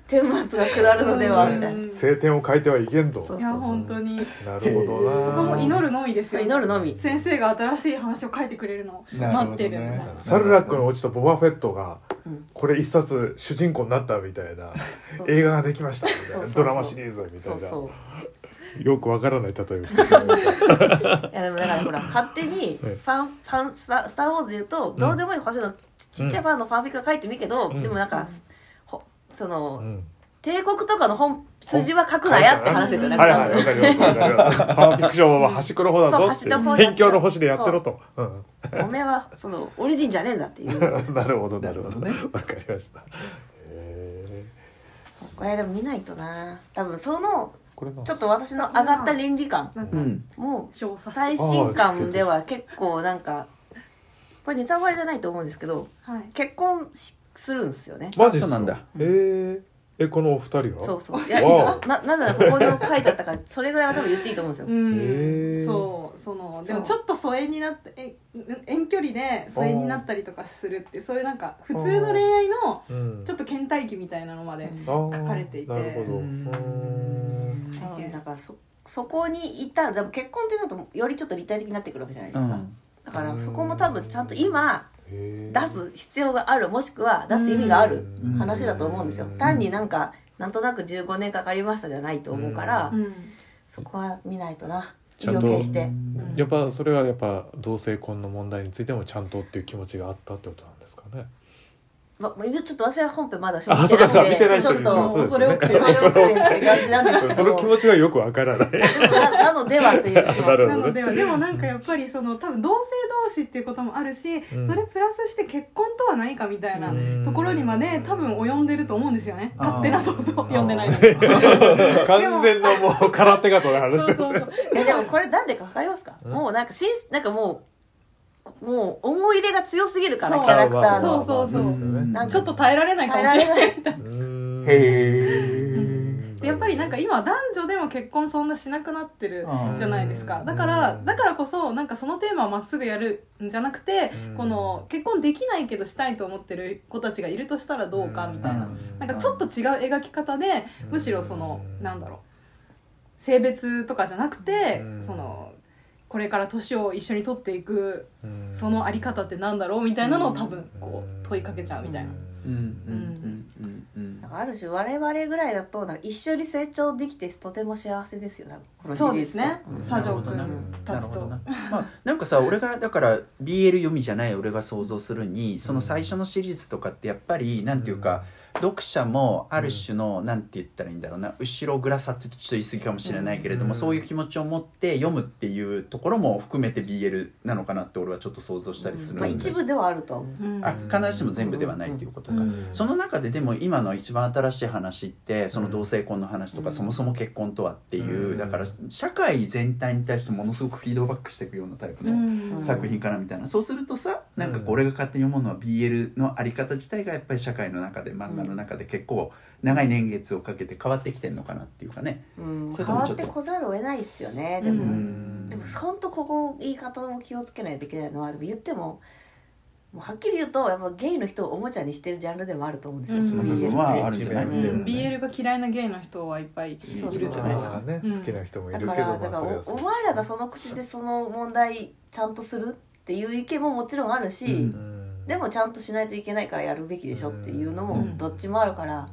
Speaker 3: 天末が下るのではみたいな
Speaker 4: うん
Speaker 1: 聖典を書いてはいけんと
Speaker 3: そう
Speaker 4: いや本当に
Speaker 1: なるほどな
Speaker 4: そこも祈るのみですよ
Speaker 3: 祈るのみ
Speaker 4: 先生が新しい話を書いてくれるのを
Speaker 2: なる
Speaker 4: 待
Speaker 2: ほどね
Speaker 4: ってるみたいな
Speaker 1: サルラックの落ちとボバフェットが
Speaker 3: うん
Speaker 1: これ一冊主人公になったみたいな
Speaker 3: そう
Speaker 1: 映画ができましたみたい
Speaker 3: そう
Speaker 1: な
Speaker 3: そう
Speaker 1: ドラマシリーズみた
Speaker 3: そ
Speaker 1: いう
Speaker 3: そう
Speaker 1: なよくわからない例えをしてしまいました
Speaker 3: いやでもだからほら勝手にフ
Speaker 1: はい
Speaker 3: ァン、ファン、スタスター・ウォーズで言うと、どうでもいい星のちちっちゃいファンのファンフィックが書いてもいいけど、
Speaker 1: うん
Speaker 3: でもなんか、ほその、
Speaker 1: うん
Speaker 3: 帝国とかの本筋は書くなやって話ですよね。
Speaker 1: はいはいわかりますわかりますパワーフィクションは端っこの方だぞって
Speaker 3: そう端っこの方だ
Speaker 1: 辺境の星でやってろとうん
Speaker 3: 多分おめえはそのオリジンじゃねえんだっ
Speaker 1: <laughs>
Speaker 3: ていう。
Speaker 1: なるほどな
Speaker 2: な
Speaker 1: るほ
Speaker 2: るほ
Speaker 1: ど
Speaker 2: ど
Speaker 1: ね
Speaker 2: ね
Speaker 1: わかりましたへ
Speaker 3: これでも見ないとな。多分その
Speaker 1: ーこれな
Speaker 3: ちょっと私の上がった倫理観
Speaker 4: なん
Speaker 2: う
Speaker 4: か
Speaker 2: ん
Speaker 3: も
Speaker 4: 小
Speaker 3: う
Speaker 4: 冊
Speaker 3: 最新刊では結構なんかこれネタバレじゃないと思うんですけど
Speaker 4: はい
Speaker 3: 結婚しするんですよね。
Speaker 1: マジっすか
Speaker 2: そうなんだ
Speaker 1: へーえこのお二人は
Speaker 3: そ
Speaker 1: <laughs>
Speaker 3: うそう。いや
Speaker 1: わお
Speaker 3: ななぜならここに書いてあったからそれぐらいは多分言っていいと思うんですよ。
Speaker 1: へ
Speaker 4: う
Speaker 1: ー
Speaker 4: んそうそのでもちょっと疎遠になってえ遠距離で疎遠になったりとかするってそういうなんか普通の恋愛の
Speaker 1: うん
Speaker 4: ちょっと倦怠期みたいなのまで
Speaker 1: あー
Speaker 4: 書かれていて
Speaker 1: なるほど
Speaker 2: う
Speaker 1: うんん
Speaker 3: 多分だからそそこに至るでも結婚ってなるとよりちょっと立体的になってくるわけじゃないで
Speaker 2: う
Speaker 3: すか、
Speaker 2: ん
Speaker 3: だからそこも多分ちゃんと今
Speaker 1: へ
Speaker 3: 出
Speaker 1: ー
Speaker 3: す必要があるもしくは出す意味がある
Speaker 1: うん
Speaker 3: 話だと思うんですよ単になんかなんとなく15年かかりましたじゃないと思うから
Speaker 4: うん
Speaker 3: そこは見ないとな
Speaker 1: ち
Speaker 3: 意
Speaker 1: ゃんと
Speaker 3: を決して
Speaker 1: やっぱそれはやっぱ同性婚の問題についてもちゃんとっていう気持ちがあったってことなんですかね
Speaker 3: まもうちょっと私は本編まだ正直
Speaker 1: あそうかそうか見てない
Speaker 3: ちょっ
Speaker 1: いう
Speaker 3: と
Speaker 1: そうですよね
Speaker 3: そ
Speaker 4: そ
Speaker 3: れを食って感じなんですけ
Speaker 1: その
Speaker 3: ど
Speaker 1: 気持ちがよくわからない
Speaker 3: な <laughs> なのではっていう気持
Speaker 1: な
Speaker 3: ち
Speaker 1: る
Speaker 4: な
Speaker 1: ほど
Speaker 4: の
Speaker 1: ね
Speaker 4: ででもなんかやっぱりその多分同性同士っていうこともあるし、
Speaker 1: ん
Speaker 4: それプラスして結婚とは何かみたいな
Speaker 1: うん
Speaker 4: ところにまで多分及んでると思うんですよね
Speaker 2: あー
Speaker 4: 勝手な想像
Speaker 2: ー
Speaker 4: 読んでないの
Speaker 1: 完全のもう空手家との話
Speaker 4: そう
Speaker 1: です
Speaker 4: そうそう
Speaker 3: いやでもこれなんでか分かりますかもうなんかしんなんかもうもう思い入れが強すぎるから
Speaker 4: そう
Speaker 3: キャラクター
Speaker 4: まあまあ
Speaker 3: の
Speaker 4: そうそうそう
Speaker 3: なんか
Speaker 4: ちょっと耐えられないかもしれ
Speaker 3: ない
Speaker 4: ない
Speaker 3: <laughs>
Speaker 2: へ
Speaker 1: うん
Speaker 2: え
Speaker 4: やっぱりなんか今男女でも結婚そんなしなくなってる
Speaker 2: うん
Speaker 4: じゃないです
Speaker 1: う
Speaker 4: か
Speaker 1: ん
Speaker 4: だからだからこそなんかそのテーマをまっすぐやるんじゃなくて
Speaker 1: うん
Speaker 4: この結婚できないけどしたいと思ってる子たちがいるとしたらどうかみたいな
Speaker 1: うん
Speaker 4: なんかちょっと違う描き方で
Speaker 1: うん
Speaker 4: むしろその
Speaker 1: うん
Speaker 4: なんだろう性別とかじゃなくて
Speaker 1: うん
Speaker 4: そのこれから年を一緒に取っていく
Speaker 1: うん
Speaker 4: そのあり方ってなんだろうみたいなのを多分こう問いかけちゃうみたいな。
Speaker 2: うんうんうんうんうん
Speaker 3: なんかある種我々ぐらいだとなんか一緒に成長できてとても幸せですよ多分このシリ
Speaker 4: そうで
Speaker 3: ー
Speaker 4: す
Speaker 3: ズだと
Speaker 4: ね
Speaker 1: うん。
Speaker 4: 佐城君
Speaker 1: なる
Speaker 2: な
Speaker 4: た
Speaker 2: る
Speaker 4: ち
Speaker 2: ほど
Speaker 4: と
Speaker 2: な。まあなんかさ俺がだから BL 読みじゃない俺が想像するにその最初のシリーズとかってやっぱりなんていうか、読者もある種の、なんて言ったらいいんだろうな後ろ暗さってちょっと言い過ぎかもしれないけれども、
Speaker 1: うん
Speaker 2: そういう気持ちを持って読むっていうところも含めて BL なのかなって俺はちょっと想像したりする
Speaker 3: まあ、一部ではあるとは思う
Speaker 4: うん
Speaker 2: あ必ずしも全部ではないということか、
Speaker 1: うん
Speaker 2: その中ででも今の一番新しい話ってその同性婚の話とか、
Speaker 3: うん
Speaker 2: そもそも結婚とはっていう、
Speaker 1: うん
Speaker 2: だから社会全体に対してものすごくフィードバックしていくようなタイプ
Speaker 4: う
Speaker 2: の
Speaker 4: ん
Speaker 2: 作品からみたいな、そうするとさなんかこう俺が勝手に思うのは BL のあり方自体がやっぱり社会の中で漫画の中で結構長い年月をかけて変わってきてんのかなっていうかね。
Speaker 3: うん、
Speaker 2: それ
Speaker 3: 変
Speaker 2: とも
Speaker 3: わ
Speaker 2: ちょ
Speaker 3: っ
Speaker 2: っと
Speaker 3: てこざるを得ないですよねでも、
Speaker 4: うん
Speaker 3: でも本当ここ言い方も気をつけないといけないのはでも言ってももうはっきり言うとやっぱゲイの人をおもちゃにしてるジャンルでもあると思うんですよ、
Speaker 4: うん
Speaker 3: その
Speaker 2: 部
Speaker 3: BL
Speaker 2: 分はあるんじゃない
Speaker 3: うん
Speaker 4: うん BL が嫌いなゲイの人はいっぱいいるじ
Speaker 3: そうそう
Speaker 4: ゃないですか。
Speaker 1: まあね
Speaker 4: うん
Speaker 1: 好きな人もい
Speaker 3: だ
Speaker 1: るけ
Speaker 3: か
Speaker 1: どまあ
Speaker 3: らだから
Speaker 1: それ
Speaker 3: お
Speaker 1: はそう
Speaker 3: お前らがその口でその問題ちゃんとするっていう意見ももちろんあるし、
Speaker 2: うん
Speaker 1: うん
Speaker 3: でもちゃんとしないといけないからやるべきでしょっていうの
Speaker 1: う
Speaker 3: も
Speaker 1: ん
Speaker 3: どっちもあるから、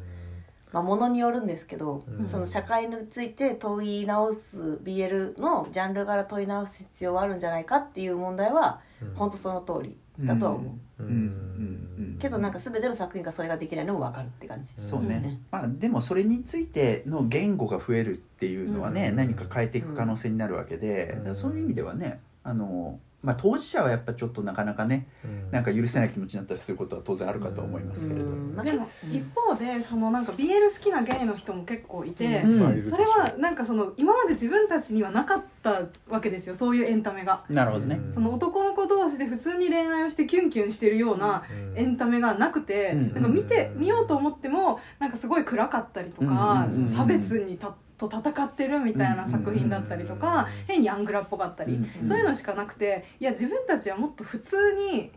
Speaker 3: まあ、ものによるんですけど、
Speaker 1: うん
Speaker 3: その社会について問い直す BL のジャンルから問い直す必要はあるんじゃないかっていう問題は
Speaker 1: うん
Speaker 3: 本当その通りだとは思う、
Speaker 1: うん
Speaker 2: うん
Speaker 3: けどなんか全ての作品がそれができないのも分かるって感じ、
Speaker 2: そう
Speaker 4: うん
Speaker 2: ね
Speaker 3: ね、
Speaker 2: まあ、でもそれについての言語が増えるっていうのはね、
Speaker 1: うん
Speaker 2: 何か変えていく可能性になるわけで、
Speaker 1: うん
Speaker 2: だからそういう意味ではねあの、まあ、当事者はやっぱちょっとなかなかねなんか許せない気持ちになったりすることは当然あるかと思いますけれど。
Speaker 3: うんまあ
Speaker 4: でも一方でそのなんか BL 好きなゲイの人も結構いて、
Speaker 2: うん
Speaker 1: まあいるでしょ
Speaker 4: それはなんかその今まで自分たちにはなかったわけですよそういうエンタメが。
Speaker 2: なるほどね。
Speaker 4: その男の子同士で普通に恋愛をしてキュンキュンしてるような
Speaker 1: うん
Speaker 4: エンタメがなくて、
Speaker 2: うん
Speaker 4: なんか見て見ようと思ってもなんかすごい暗かったりとか、
Speaker 2: うん
Speaker 4: その差別にたと戦ってるみたいな作品だったりとか、
Speaker 1: うん
Speaker 4: 変にアングラっぽかったり、
Speaker 2: うん
Speaker 4: そういうのしかなくていや自分たちはもっと普通に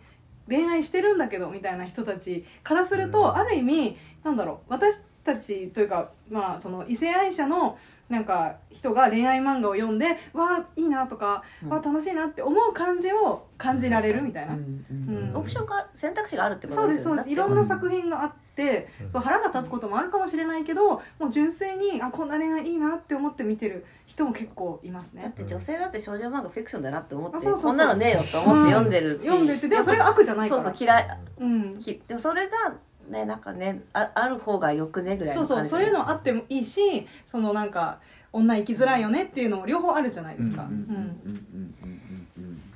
Speaker 4: 恋愛してるんだけどみたいな人たちからすると、
Speaker 1: うん
Speaker 4: ある意味なんだろう私たちというか、まあ、その異性愛者のなんか人が恋愛漫画を読んでわあいいなとか、
Speaker 3: うん
Speaker 4: わあ楽しいなって思う感じを感じられるみたいな。
Speaker 2: うん
Speaker 4: うん
Speaker 3: オプションが選択肢があるってこ
Speaker 4: そ
Speaker 3: と
Speaker 4: う
Speaker 3: で
Speaker 4: です
Speaker 3: す
Speaker 4: そ
Speaker 3: よ
Speaker 4: う
Speaker 3: ね
Speaker 4: ですいろんな作品があって、
Speaker 1: うん
Speaker 4: そう腹が立つこともあるかもしれないけどもう純粋にあこんな恋愛いいなって思って見てる人も結構います
Speaker 3: だっ
Speaker 4: ね
Speaker 3: て女性だって少女漫画フィクションだなって思って
Speaker 4: あそうそうそう
Speaker 3: こんなのねえよと思って読んでるし、
Speaker 4: 読んでてでもそれが悪じゃないか
Speaker 3: そう
Speaker 4: ら
Speaker 3: そう嫌い
Speaker 4: うん、
Speaker 3: きでもそれがねなんかねあある方がよくねぐらい
Speaker 4: そう
Speaker 3: の
Speaker 4: そう
Speaker 3: 感じ
Speaker 4: そういうのあってもいいしそのなんか女生きづらいよねっていうのも両方あるじゃないですか、
Speaker 2: うんうんうんうんうん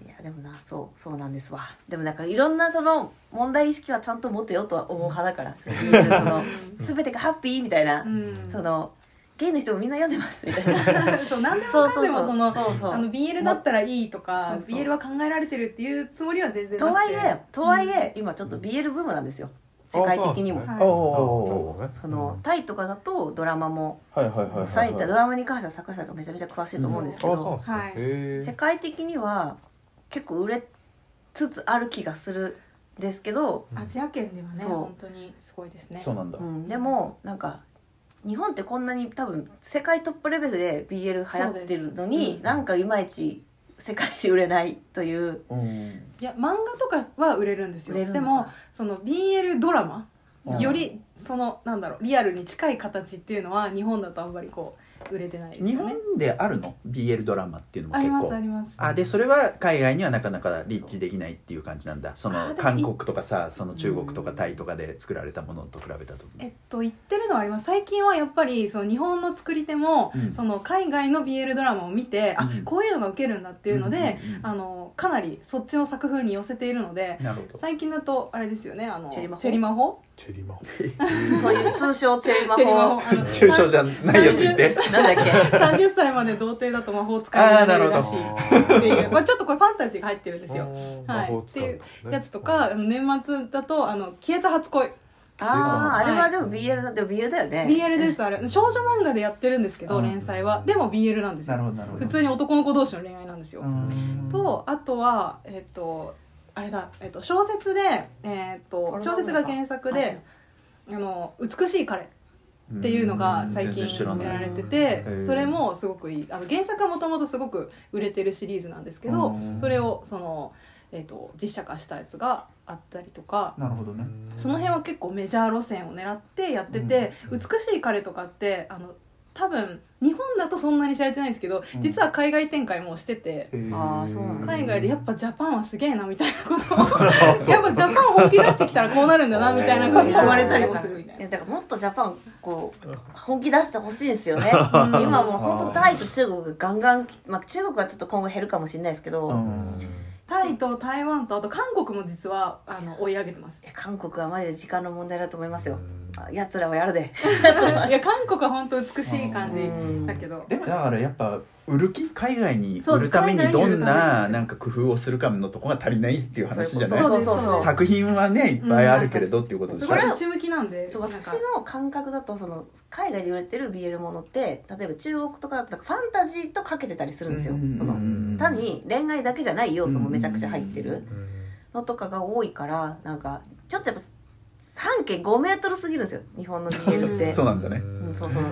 Speaker 3: いやでもなそうそうなんですわでもなんかいろんなその問題意識はちゃんと持てよとは思う派だ
Speaker 4: <laughs>
Speaker 3: からその全てがハッピーみたいな、
Speaker 4: うんうん
Speaker 3: そのゲイの人もみんな読んでます
Speaker 4: <laughs>
Speaker 3: みたいな
Speaker 4: そう何でもかんでもその
Speaker 3: そうそう
Speaker 4: あの BL だったらいいとか
Speaker 3: そうそう
Speaker 4: BL は考えられてるっていうつもりは全然なくて
Speaker 3: とはいえとはいえ、今ちょっと BL ブームなんですよ世界的にも
Speaker 1: あ
Speaker 3: そ,、
Speaker 4: はい
Speaker 2: おおー
Speaker 3: のタイとかだとドラマも
Speaker 2: はいはいはいはいはい
Speaker 3: サインってドラマに関しては桜井さんがめちゃめちゃ詳しいと思うんですけど、
Speaker 1: そうなんです
Speaker 4: はい
Speaker 1: ねへー
Speaker 3: 世界的には結構売れつつある気がするんですけど、
Speaker 4: アジア圏ではね
Speaker 3: そう
Speaker 4: 本当にすごいですね
Speaker 2: そうなんだ
Speaker 3: う。ん、でもなんか日本ってこんなに多分世界トップレベルで BL 流行ってるの
Speaker 4: そう
Speaker 3: に、
Speaker 4: ですうん
Speaker 3: なんかいまいち世界で売れないという
Speaker 2: うん
Speaker 4: いや漫画とかは売れるんです
Speaker 3: 売れ
Speaker 4: よ
Speaker 3: るの
Speaker 4: で
Speaker 3: か
Speaker 4: もその BL ドラマ
Speaker 2: うん
Speaker 4: よりそのなんだろうリアルに近い形っていうのは日本だとあんまりこう売れてないです
Speaker 2: 日
Speaker 4: よね
Speaker 2: 本であるの ?BL ドラマっていうのも
Speaker 4: あ
Speaker 2: 結
Speaker 4: り
Speaker 2: 構。
Speaker 4: ますあります
Speaker 2: あでそれは海外にはなかなかリッチできないっていう感じなんだそ
Speaker 4: あ
Speaker 2: の
Speaker 4: でも
Speaker 2: 韓国とかさその中国とか
Speaker 3: うん
Speaker 2: タイとかで作られたものと比べた時
Speaker 4: え
Speaker 2: に
Speaker 4: っと言ってるのはあります最近はやっぱりその日本の作り手も、
Speaker 2: うん
Speaker 4: その海外の BL ドラマを見て、あ
Speaker 2: うん
Speaker 4: こういうのがウケるんだっていうので、
Speaker 2: うんうんうん
Speaker 4: あのかなりそっちの作風に寄せているので
Speaker 2: なるほど
Speaker 4: 最近だとあれですよねあの
Speaker 3: チェリマホ
Speaker 4: マホ
Speaker 1: チェリマホ
Speaker 3: という通称チェ
Speaker 4: <laughs>
Speaker 3: リマ
Speaker 4: チェリマホ
Speaker 3: ホ
Speaker 4: あ
Speaker 2: <laughs>
Speaker 4: の
Speaker 2: 中傷じゃないやつ言って
Speaker 3: なんだっけ
Speaker 4: 30歳まで童貞だと魔法使いになれるらしいっていう、まあ、ちょっとこれファンタジーが入ってるんですよはい
Speaker 1: って
Speaker 4: やつとかあの年末だとあの消えた初恋
Speaker 3: あああれ
Speaker 4: は
Speaker 3: はいでも BL だって BL だよね
Speaker 4: BL ですあれ少女漫画でやってるんですけ
Speaker 2: う
Speaker 4: ど
Speaker 2: ん
Speaker 4: 連載はでも BL なんです
Speaker 2: <laughs> なる
Speaker 4: よ
Speaker 2: ほどなるほど
Speaker 4: 普通に男の子同士の恋愛なんですよ、
Speaker 2: うん
Speaker 4: とあとはえっ、とあれだ、えっと小説で、えっと
Speaker 3: これ
Speaker 4: 小説が原作
Speaker 3: あ違
Speaker 4: で「あの美しい彼」っていうのが最
Speaker 2: 全
Speaker 4: 近
Speaker 2: 然知らない
Speaker 4: やられてて
Speaker 2: ー
Speaker 4: それもすごくいいあの原作はもともとすごく売れてるシリーズなんですけど
Speaker 2: うん
Speaker 4: それをその、えー、と実写化したやつがあったりとか
Speaker 2: なるほどね
Speaker 4: その辺は結構メジャー路線を狙ってやってて「
Speaker 1: うん
Speaker 4: 美しい彼」とかってあの多分日本だとそんなに知られてないんですけど
Speaker 2: うん
Speaker 4: 実は海外展開もしてて。
Speaker 3: あーそうなんだ
Speaker 4: 海外でやっぱジャパンはすげえなみたいなことを
Speaker 2: <laughs>
Speaker 1: あそう
Speaker 4: やっぱジャパン本気出してきたらこうなるんだなみたいな感じで言われたりもするみたい
Speaker 3: い
Speaker 2: <laughs>
Speaker 4: な
Speaker 3: やだからもっとジャパンこう本気出してほしいんですよね
Speaker 4: うん
Speaker 3: 今もう本当タイと中国がガンガン、まあ、中国はちょっと今後減るかもしれないですけど、
Speaker 2: うん
Speaker 4: タイと台湾とあと韓国も実はあの追い上げてま
Speaker 2: <laughs>
Speaker 4: す
Speaker 3: いや韓国はマジで時間の問題だと思います
Speaker 1: う
Speaker 3: よ
Speaker 1: ん
Speaker 3: あやつらはやるで
Speaker 4: いや韓国は本当美しい感
Speaker 3: う
Speaker 4: じ
Speaker 3: ん
Speaker 4: だけど
Speaker 2: でもだからやっぱ売る気海外に
Speaker 4: そう
Speaker 2: 売るために
Speaker 4: 海外
Speaker 2: ど
Speaker 4: に売
Speaker 2: ん
Speaker 4: るために
Speaker 2: ななんか工夫をするかのとこが足りないっていう話じゃない
Speaker 4: そう
Speaker 3: そうそうそうそう
Speaker 2: 作品はねいっぱいあるけれどっていうことでし
Speaker 4: す
Speaker 2: ょ
Speaker 4: ごい内向きなんでなんか
Speaker 3: 私の感覚だとその海外で売れてる BL ものって例えば中国とかだったらファンタジーとかけてたりするんですよ、
Speaker 2: うん
Speaker 3: その単に恋愛だけじゃない要素もめちゃくちゃ入ってるのとかが多いからなんかちょっとやっぱ半径5メートルすぎるんですよ日本の BL っ
Speaker 4: う
Speaker 1: <laughs>
Speaker 3: て
Speaker 4: ん
Speaker 2: そうなんだね
Speaker 3: うんそうそう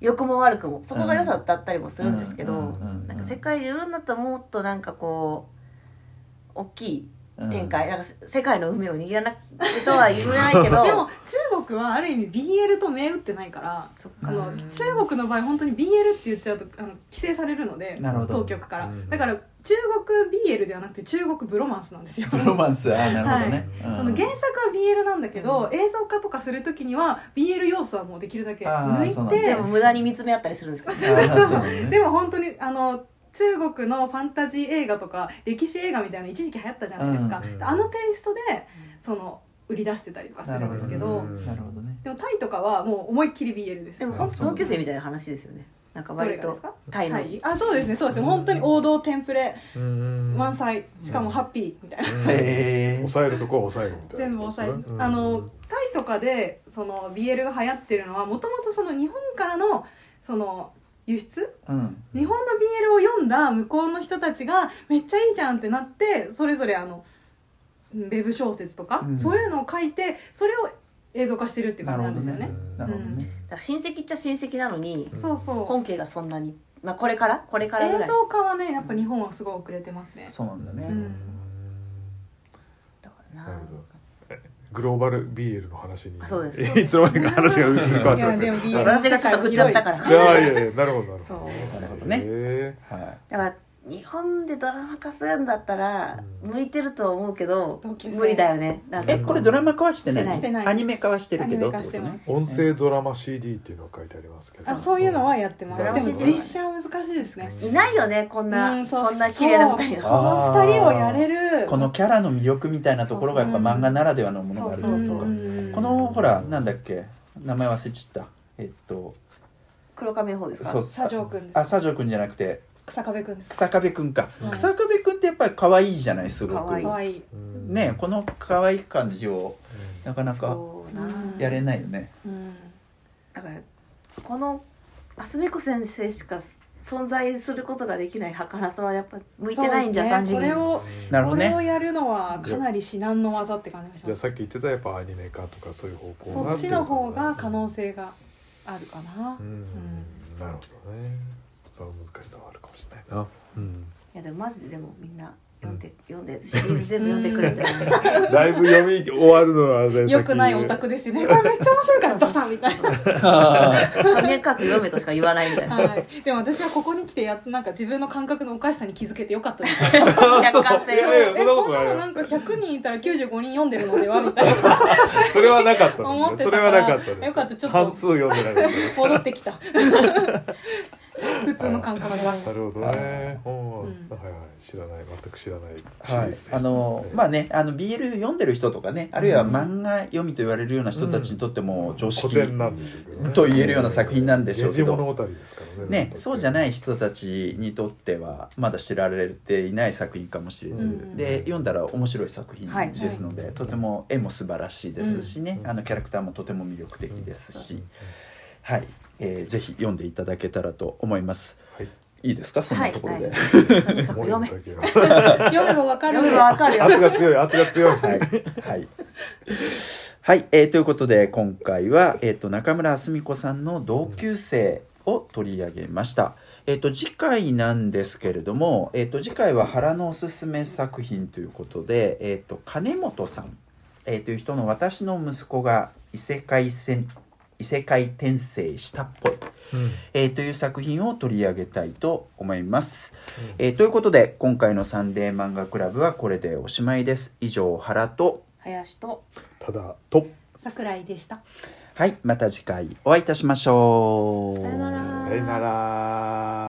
Speaker 3: 良くも悪くもそこが良さだったりもするんですけど、
Speaker 2: うんうんうんうん
Speaker 3: なんか世界で売るんだったらもっとなんかこう大きい展開、なんか世界の運を握らないとは言えないけど
Speaker 4: <laughs> でも中国はある意味 BL と銘打ってないから
Speaker 3: そっ
Speaker 4: あ
Speaker 3: か
Speaker 4: の
Speaker 1: うん
Speaker 4: 中国の場合本当に BL って言っちゃうとあの規制されるので
Speaker 2: なるほど
Speaker 4: 当局から、
Speaker 1: うん
Speaker 4: だから中国 BL ではなくて中国ブロマンスなんですよ。
Speaker 2: ロマンスあーなるほどね
Speaker 1: はい
Speaker 2: うん
Speaker 4: その原作は BL なんだけど、映像化とかするときには BL 要素はもうできるだけ抜
Speaker 2: あーそう
Speaker 4: い
Speaker 2: なんだ
Speaker 4: て
Speaker 3: でも無駄に見つめ合ったりするんですけど
Speaker 4: そうそ
Speaker 2: あ
Speaker 4: うそう
Speaker 2: ーなるほどね
Speaker 4: でも本当にあの中国のファンタジー映画とか歴史映画みたいなの一時期流行ったじゃないですか、
Speaker 1: うん
Speaker 4: であのテイストでその売り出してたりとかするんですけ
Speaker 1: なる
Speaker 4: ど
Speaker 1: ほどね
Speaker 2: なるほどね
Speaker 4: でもタイとかはもう思いっきり BL です
Speaker 3: で
Speaker 4: よ
Speaker 3: も本当同級生みたいな話ですよねなんか
Speaker 4: どれ
Speaker 3: 割
Speaker 4: がで
Speaker 3: と
Speaker 4: すか
Speaker 3: タイの、
Speaker 4: タイあそうですねそうですね本当に王道テンプレ満
Speaker 1: 満
Speaker 4: 載しかもハッピーみたいな
Speaker 2: へー
Speaker 1: 抑えるとこは抑えるみたいな
Speaker 4: 全部抑え
Speaker 1: うん
Speaker 4: あのタイとかでその BL が流行ってるのはもともとその日本からのその輸出
Speaker 2: うん
Speaker 4: 日本の BL を読んだ向こうの人たちがめっちゃいいじゃんってなってそれぞれあのウェブ小説とか、
Speaker 2: うん
Speaker 4: そういうのを書いてそれを映像化してるって感じなんですよ
Speaker 2: な
Speaker 4: ね
Speaker 2: るなるほどね
Speaker 3: だから親戚っちゃ親戚なのに
Speaker 1: どね
Speaker 4: そうそう
Speaker 3: 本家がそんなに、まあ、これからこれからぐら
Speaker 4: 映
Speaker 3: い
Speaker 4: 像化はねやっぱ日本はすごい遅れてますね、
Speaker 2: そうなんだ
Speaker 1: う
Speaker 2: ね
Speaker 1: ん
Speaker 3: だから
Speaker 1: な
Speaker 3: な
Speaker 1: るほどグローバル BL の話に
Speaker 3: あそうで
Speaker 1: <laughs>
Speaker 3: す
Speaker 1: いつの間にか話が移り変わっ
Speaker 4: い
Speaker 1: てま
Speaker 4: や
Speaker 1: す
Speaker 4: で
Speaker 1: ね
Speaker 4: も BL
Speaker 1: は
Speaker 3: 私がちょっと振っちゃったから
Speaker 1: いいやいやいやなるほどなるほど
Speaker 3: そう
Speaker 2: なるほどね
Speaker 1: へ
Speaker 2: はい
Speaker 3: だから日本でドラマ化するんだったら
Speaker 1: うん
Speaker 3: 向いてるとは思うけど
Speaker 4: 同級生
Speaker 3: 無理だよねなんか
Speaker 2: えこれドラマ化はしてない
Speaker 4: してない
Speaker 2: アニメ化はしてるけど
Speaker 4: アニメ化してない
Speaker 2: って
Speaker 1: ー
Speaker 2: ことね
Speaker 1: 音声ドラマ CD っていうのが書いてありますけど
Speaker 4: あそういうのはやってます
Speaker 1: ド
Speaker 4: で
Speaker 1: ラ
Speaker 4: も
Speaker 1: マ
Speaker 4: 実写は難しいですね
Speaker 3: いないよねこんな、
Speaker 4: うんそう
Speaker 3: こんな綺麗な二人
Speaker 4: こ
Speaker 3: が
Speaker 2: あ
Speaker 4: の二人をやれる
Speaker 2: このキャラの魅力みたいなところがやっぱ
Speaker 4: そうそう
Speaker 2: 漫画ならではのものがあると
Speaker 3: そ
Speaker 2: いうう
Speaker 3: そう
Speaker 2: か
Speaker 4: うん
Speaker 2: このほらなんだっけ名前忘れちゃったえっと
Speaker 3: 黒髪の方ですか
Speaker 2: そう
Speaker 4: 佐城くんです
Speaker 2: あ佐城くんじゃなくて
Speaker 4: 草壁くんです
Speaker 2: 草壁くんか、
Speaker 4: うん
Speaker 2: 草壁くんってやっぱり可愛いじゃないすご
Speaker 3: 可
Speaker 2: く
Speaker 3: 愛い
Speaker 4: 可愛い
Speaker 1: うん
Speaker 2: ねこの可愛い感じをなかなか
Speaker 3: そうな
Speaker 4: うん
Speaker 2: やれないよね、
Speaker 4: うん
Speaker 3: だからこのあすみこ先生しか存在することができない儚さはやっぱ向いてないんじゃ
Speaker 4: そう
Speaker 3: 三
Speaker 4: です
Speaker 3: 次
Speaker 4: ねこれ
Speaker 3: 元
Speaker 4: を
Speaker 2: なるほ
Speaker 4: こ
Speaker 2: ど
Speaker 4: れを
Speaker 2: ね
Speaker 4: やるのはかなり至難の技って感じがし
Speaker 1: じゃ
Speaker 4: ま
Speaker 1: あ
Speaker 4: す
Speaker 1: さっき言ってたやっぱアニメ化とかそういう方向
Speaker 4: そ
Speaker 1: が
Speaker 4: っちの方が可能
Speaker 1: 性
Speaker 4: 性があるかな
Speaker 1: う、んなるほどねその難しさはあるかもしれないなうん
Speaker 3: いやでもマジででもみんな読んで、読んでシリーズ全部読んでくれて
Speaker 1: だいぶ読み終わるのはね
Speaker 4: 良くないオタクですよねこれめっちゃ面白いからドサンみたい
Speaker 2: <laughs>
Speaker 4: な、
Speaker 3: とにかく読めとしか言わないみたいな
Speaker 4: <laughs> はい、でも私はここに来てやっとなんか自分の感覚のおかしさに気づけてよかったです
Speaker 3: 客観
Speaker 1: いやいや
Speaker 3: 性を
Speaker 1: そ
Speaker 4: え
Speaker 1: んなこ
Speaker 4: ことん
Speaker 1: ない
Speaker 4: なのなんか100人いたら95人読んでるのではみたいな
Speaker 1: <laughs> それはなかったです
Speaker 4: 思っ
Speaker 1: ね
Speaker 4: て
Speaker 1: そ
Speaker 4: た
Speaker 1: れは
Speaker 4: から
Speaker 1: なかったです
Speaker 4: よかったちょっと
Speaker 1: 半数読んでなかったです
Speaker 4: 戻ってき
Speaker 1: <laughs>
Speaker 4: た普通の感覚が
Speaker 1: なるほどね、おー
Speaker 4: う
Speaker 1: は
Speaker 4: ん
Speaker 1: いはい知らない全く知らないシリーズ
Speaker 2: はい
Speaker 1: でした、
Speaker 2: あのまあねあの BL 読んでる人とかねあるいは漫画読みと言われるような人たちにとっても常識、
Speaker 1: 古典なんでしょうけど、ね、
Speaker 2: と言えるような作品なんでしょうけど
Speaker 1: 源氏物語ですからね
Speaker 2: ね、そうじゃないい人たちにとってはまだ知られていない作品かもしれず、
Speaker 4: うん
Speaker 2: で読んだら面白い作品
Speaker 3: はい
Speaker 2: ですので、とても絵も素晴らしいですしね、
Speaker 1: うん
Speaker 2: あのキャラクターもとても魅力的ですし、
Speaker 1: うん
Speaker 2: はい、えーぜひ読んでいただけたらと思います。
Speaker 1: はい
Speaker 2: いいですかそん
Speaker 3: は
Speaker 2: ないところで、
Speaker 3: はいと
Speaker 2: <laughs>
Speaker 3: にかく
Speaker 1: <laughs>
Speaker 3: 読め
Speaker 1: もう
Speaker 3: 読
Speaker 1: 一回言う
Speaker 4: 読めば <laughs> わかる
Speaker 3: めばわかる
Speaker 1: な
Speaker 3: よ
Speaker 1: 圧が強い圧が強い
Speaker 2: はい。はい。はい。えーということで、今回は、えっ、と、中村あすみこさんの同級生を取り上げました。えっ、と、次回なんですけれども、えっ、と、次回は原のおすすめ作品ということで、えっ、と、金本さん、えーという人の私の息子が異世界戦、異世界転生したっぽい。
Speaker 1: うん
Speaker 2: えーという作品を取り上げたいと思います。えーということで今回の「サンデー漫画クラブ」はこれでおしまいです。以上原と
Speaker 3: 林と
Speaker 1: ただと
Speaker 4: 桜井でした
Speaker 2: はいまた次回お会いいたしましょう。
Speaker 3: さよなら
Speaker 1: さよなら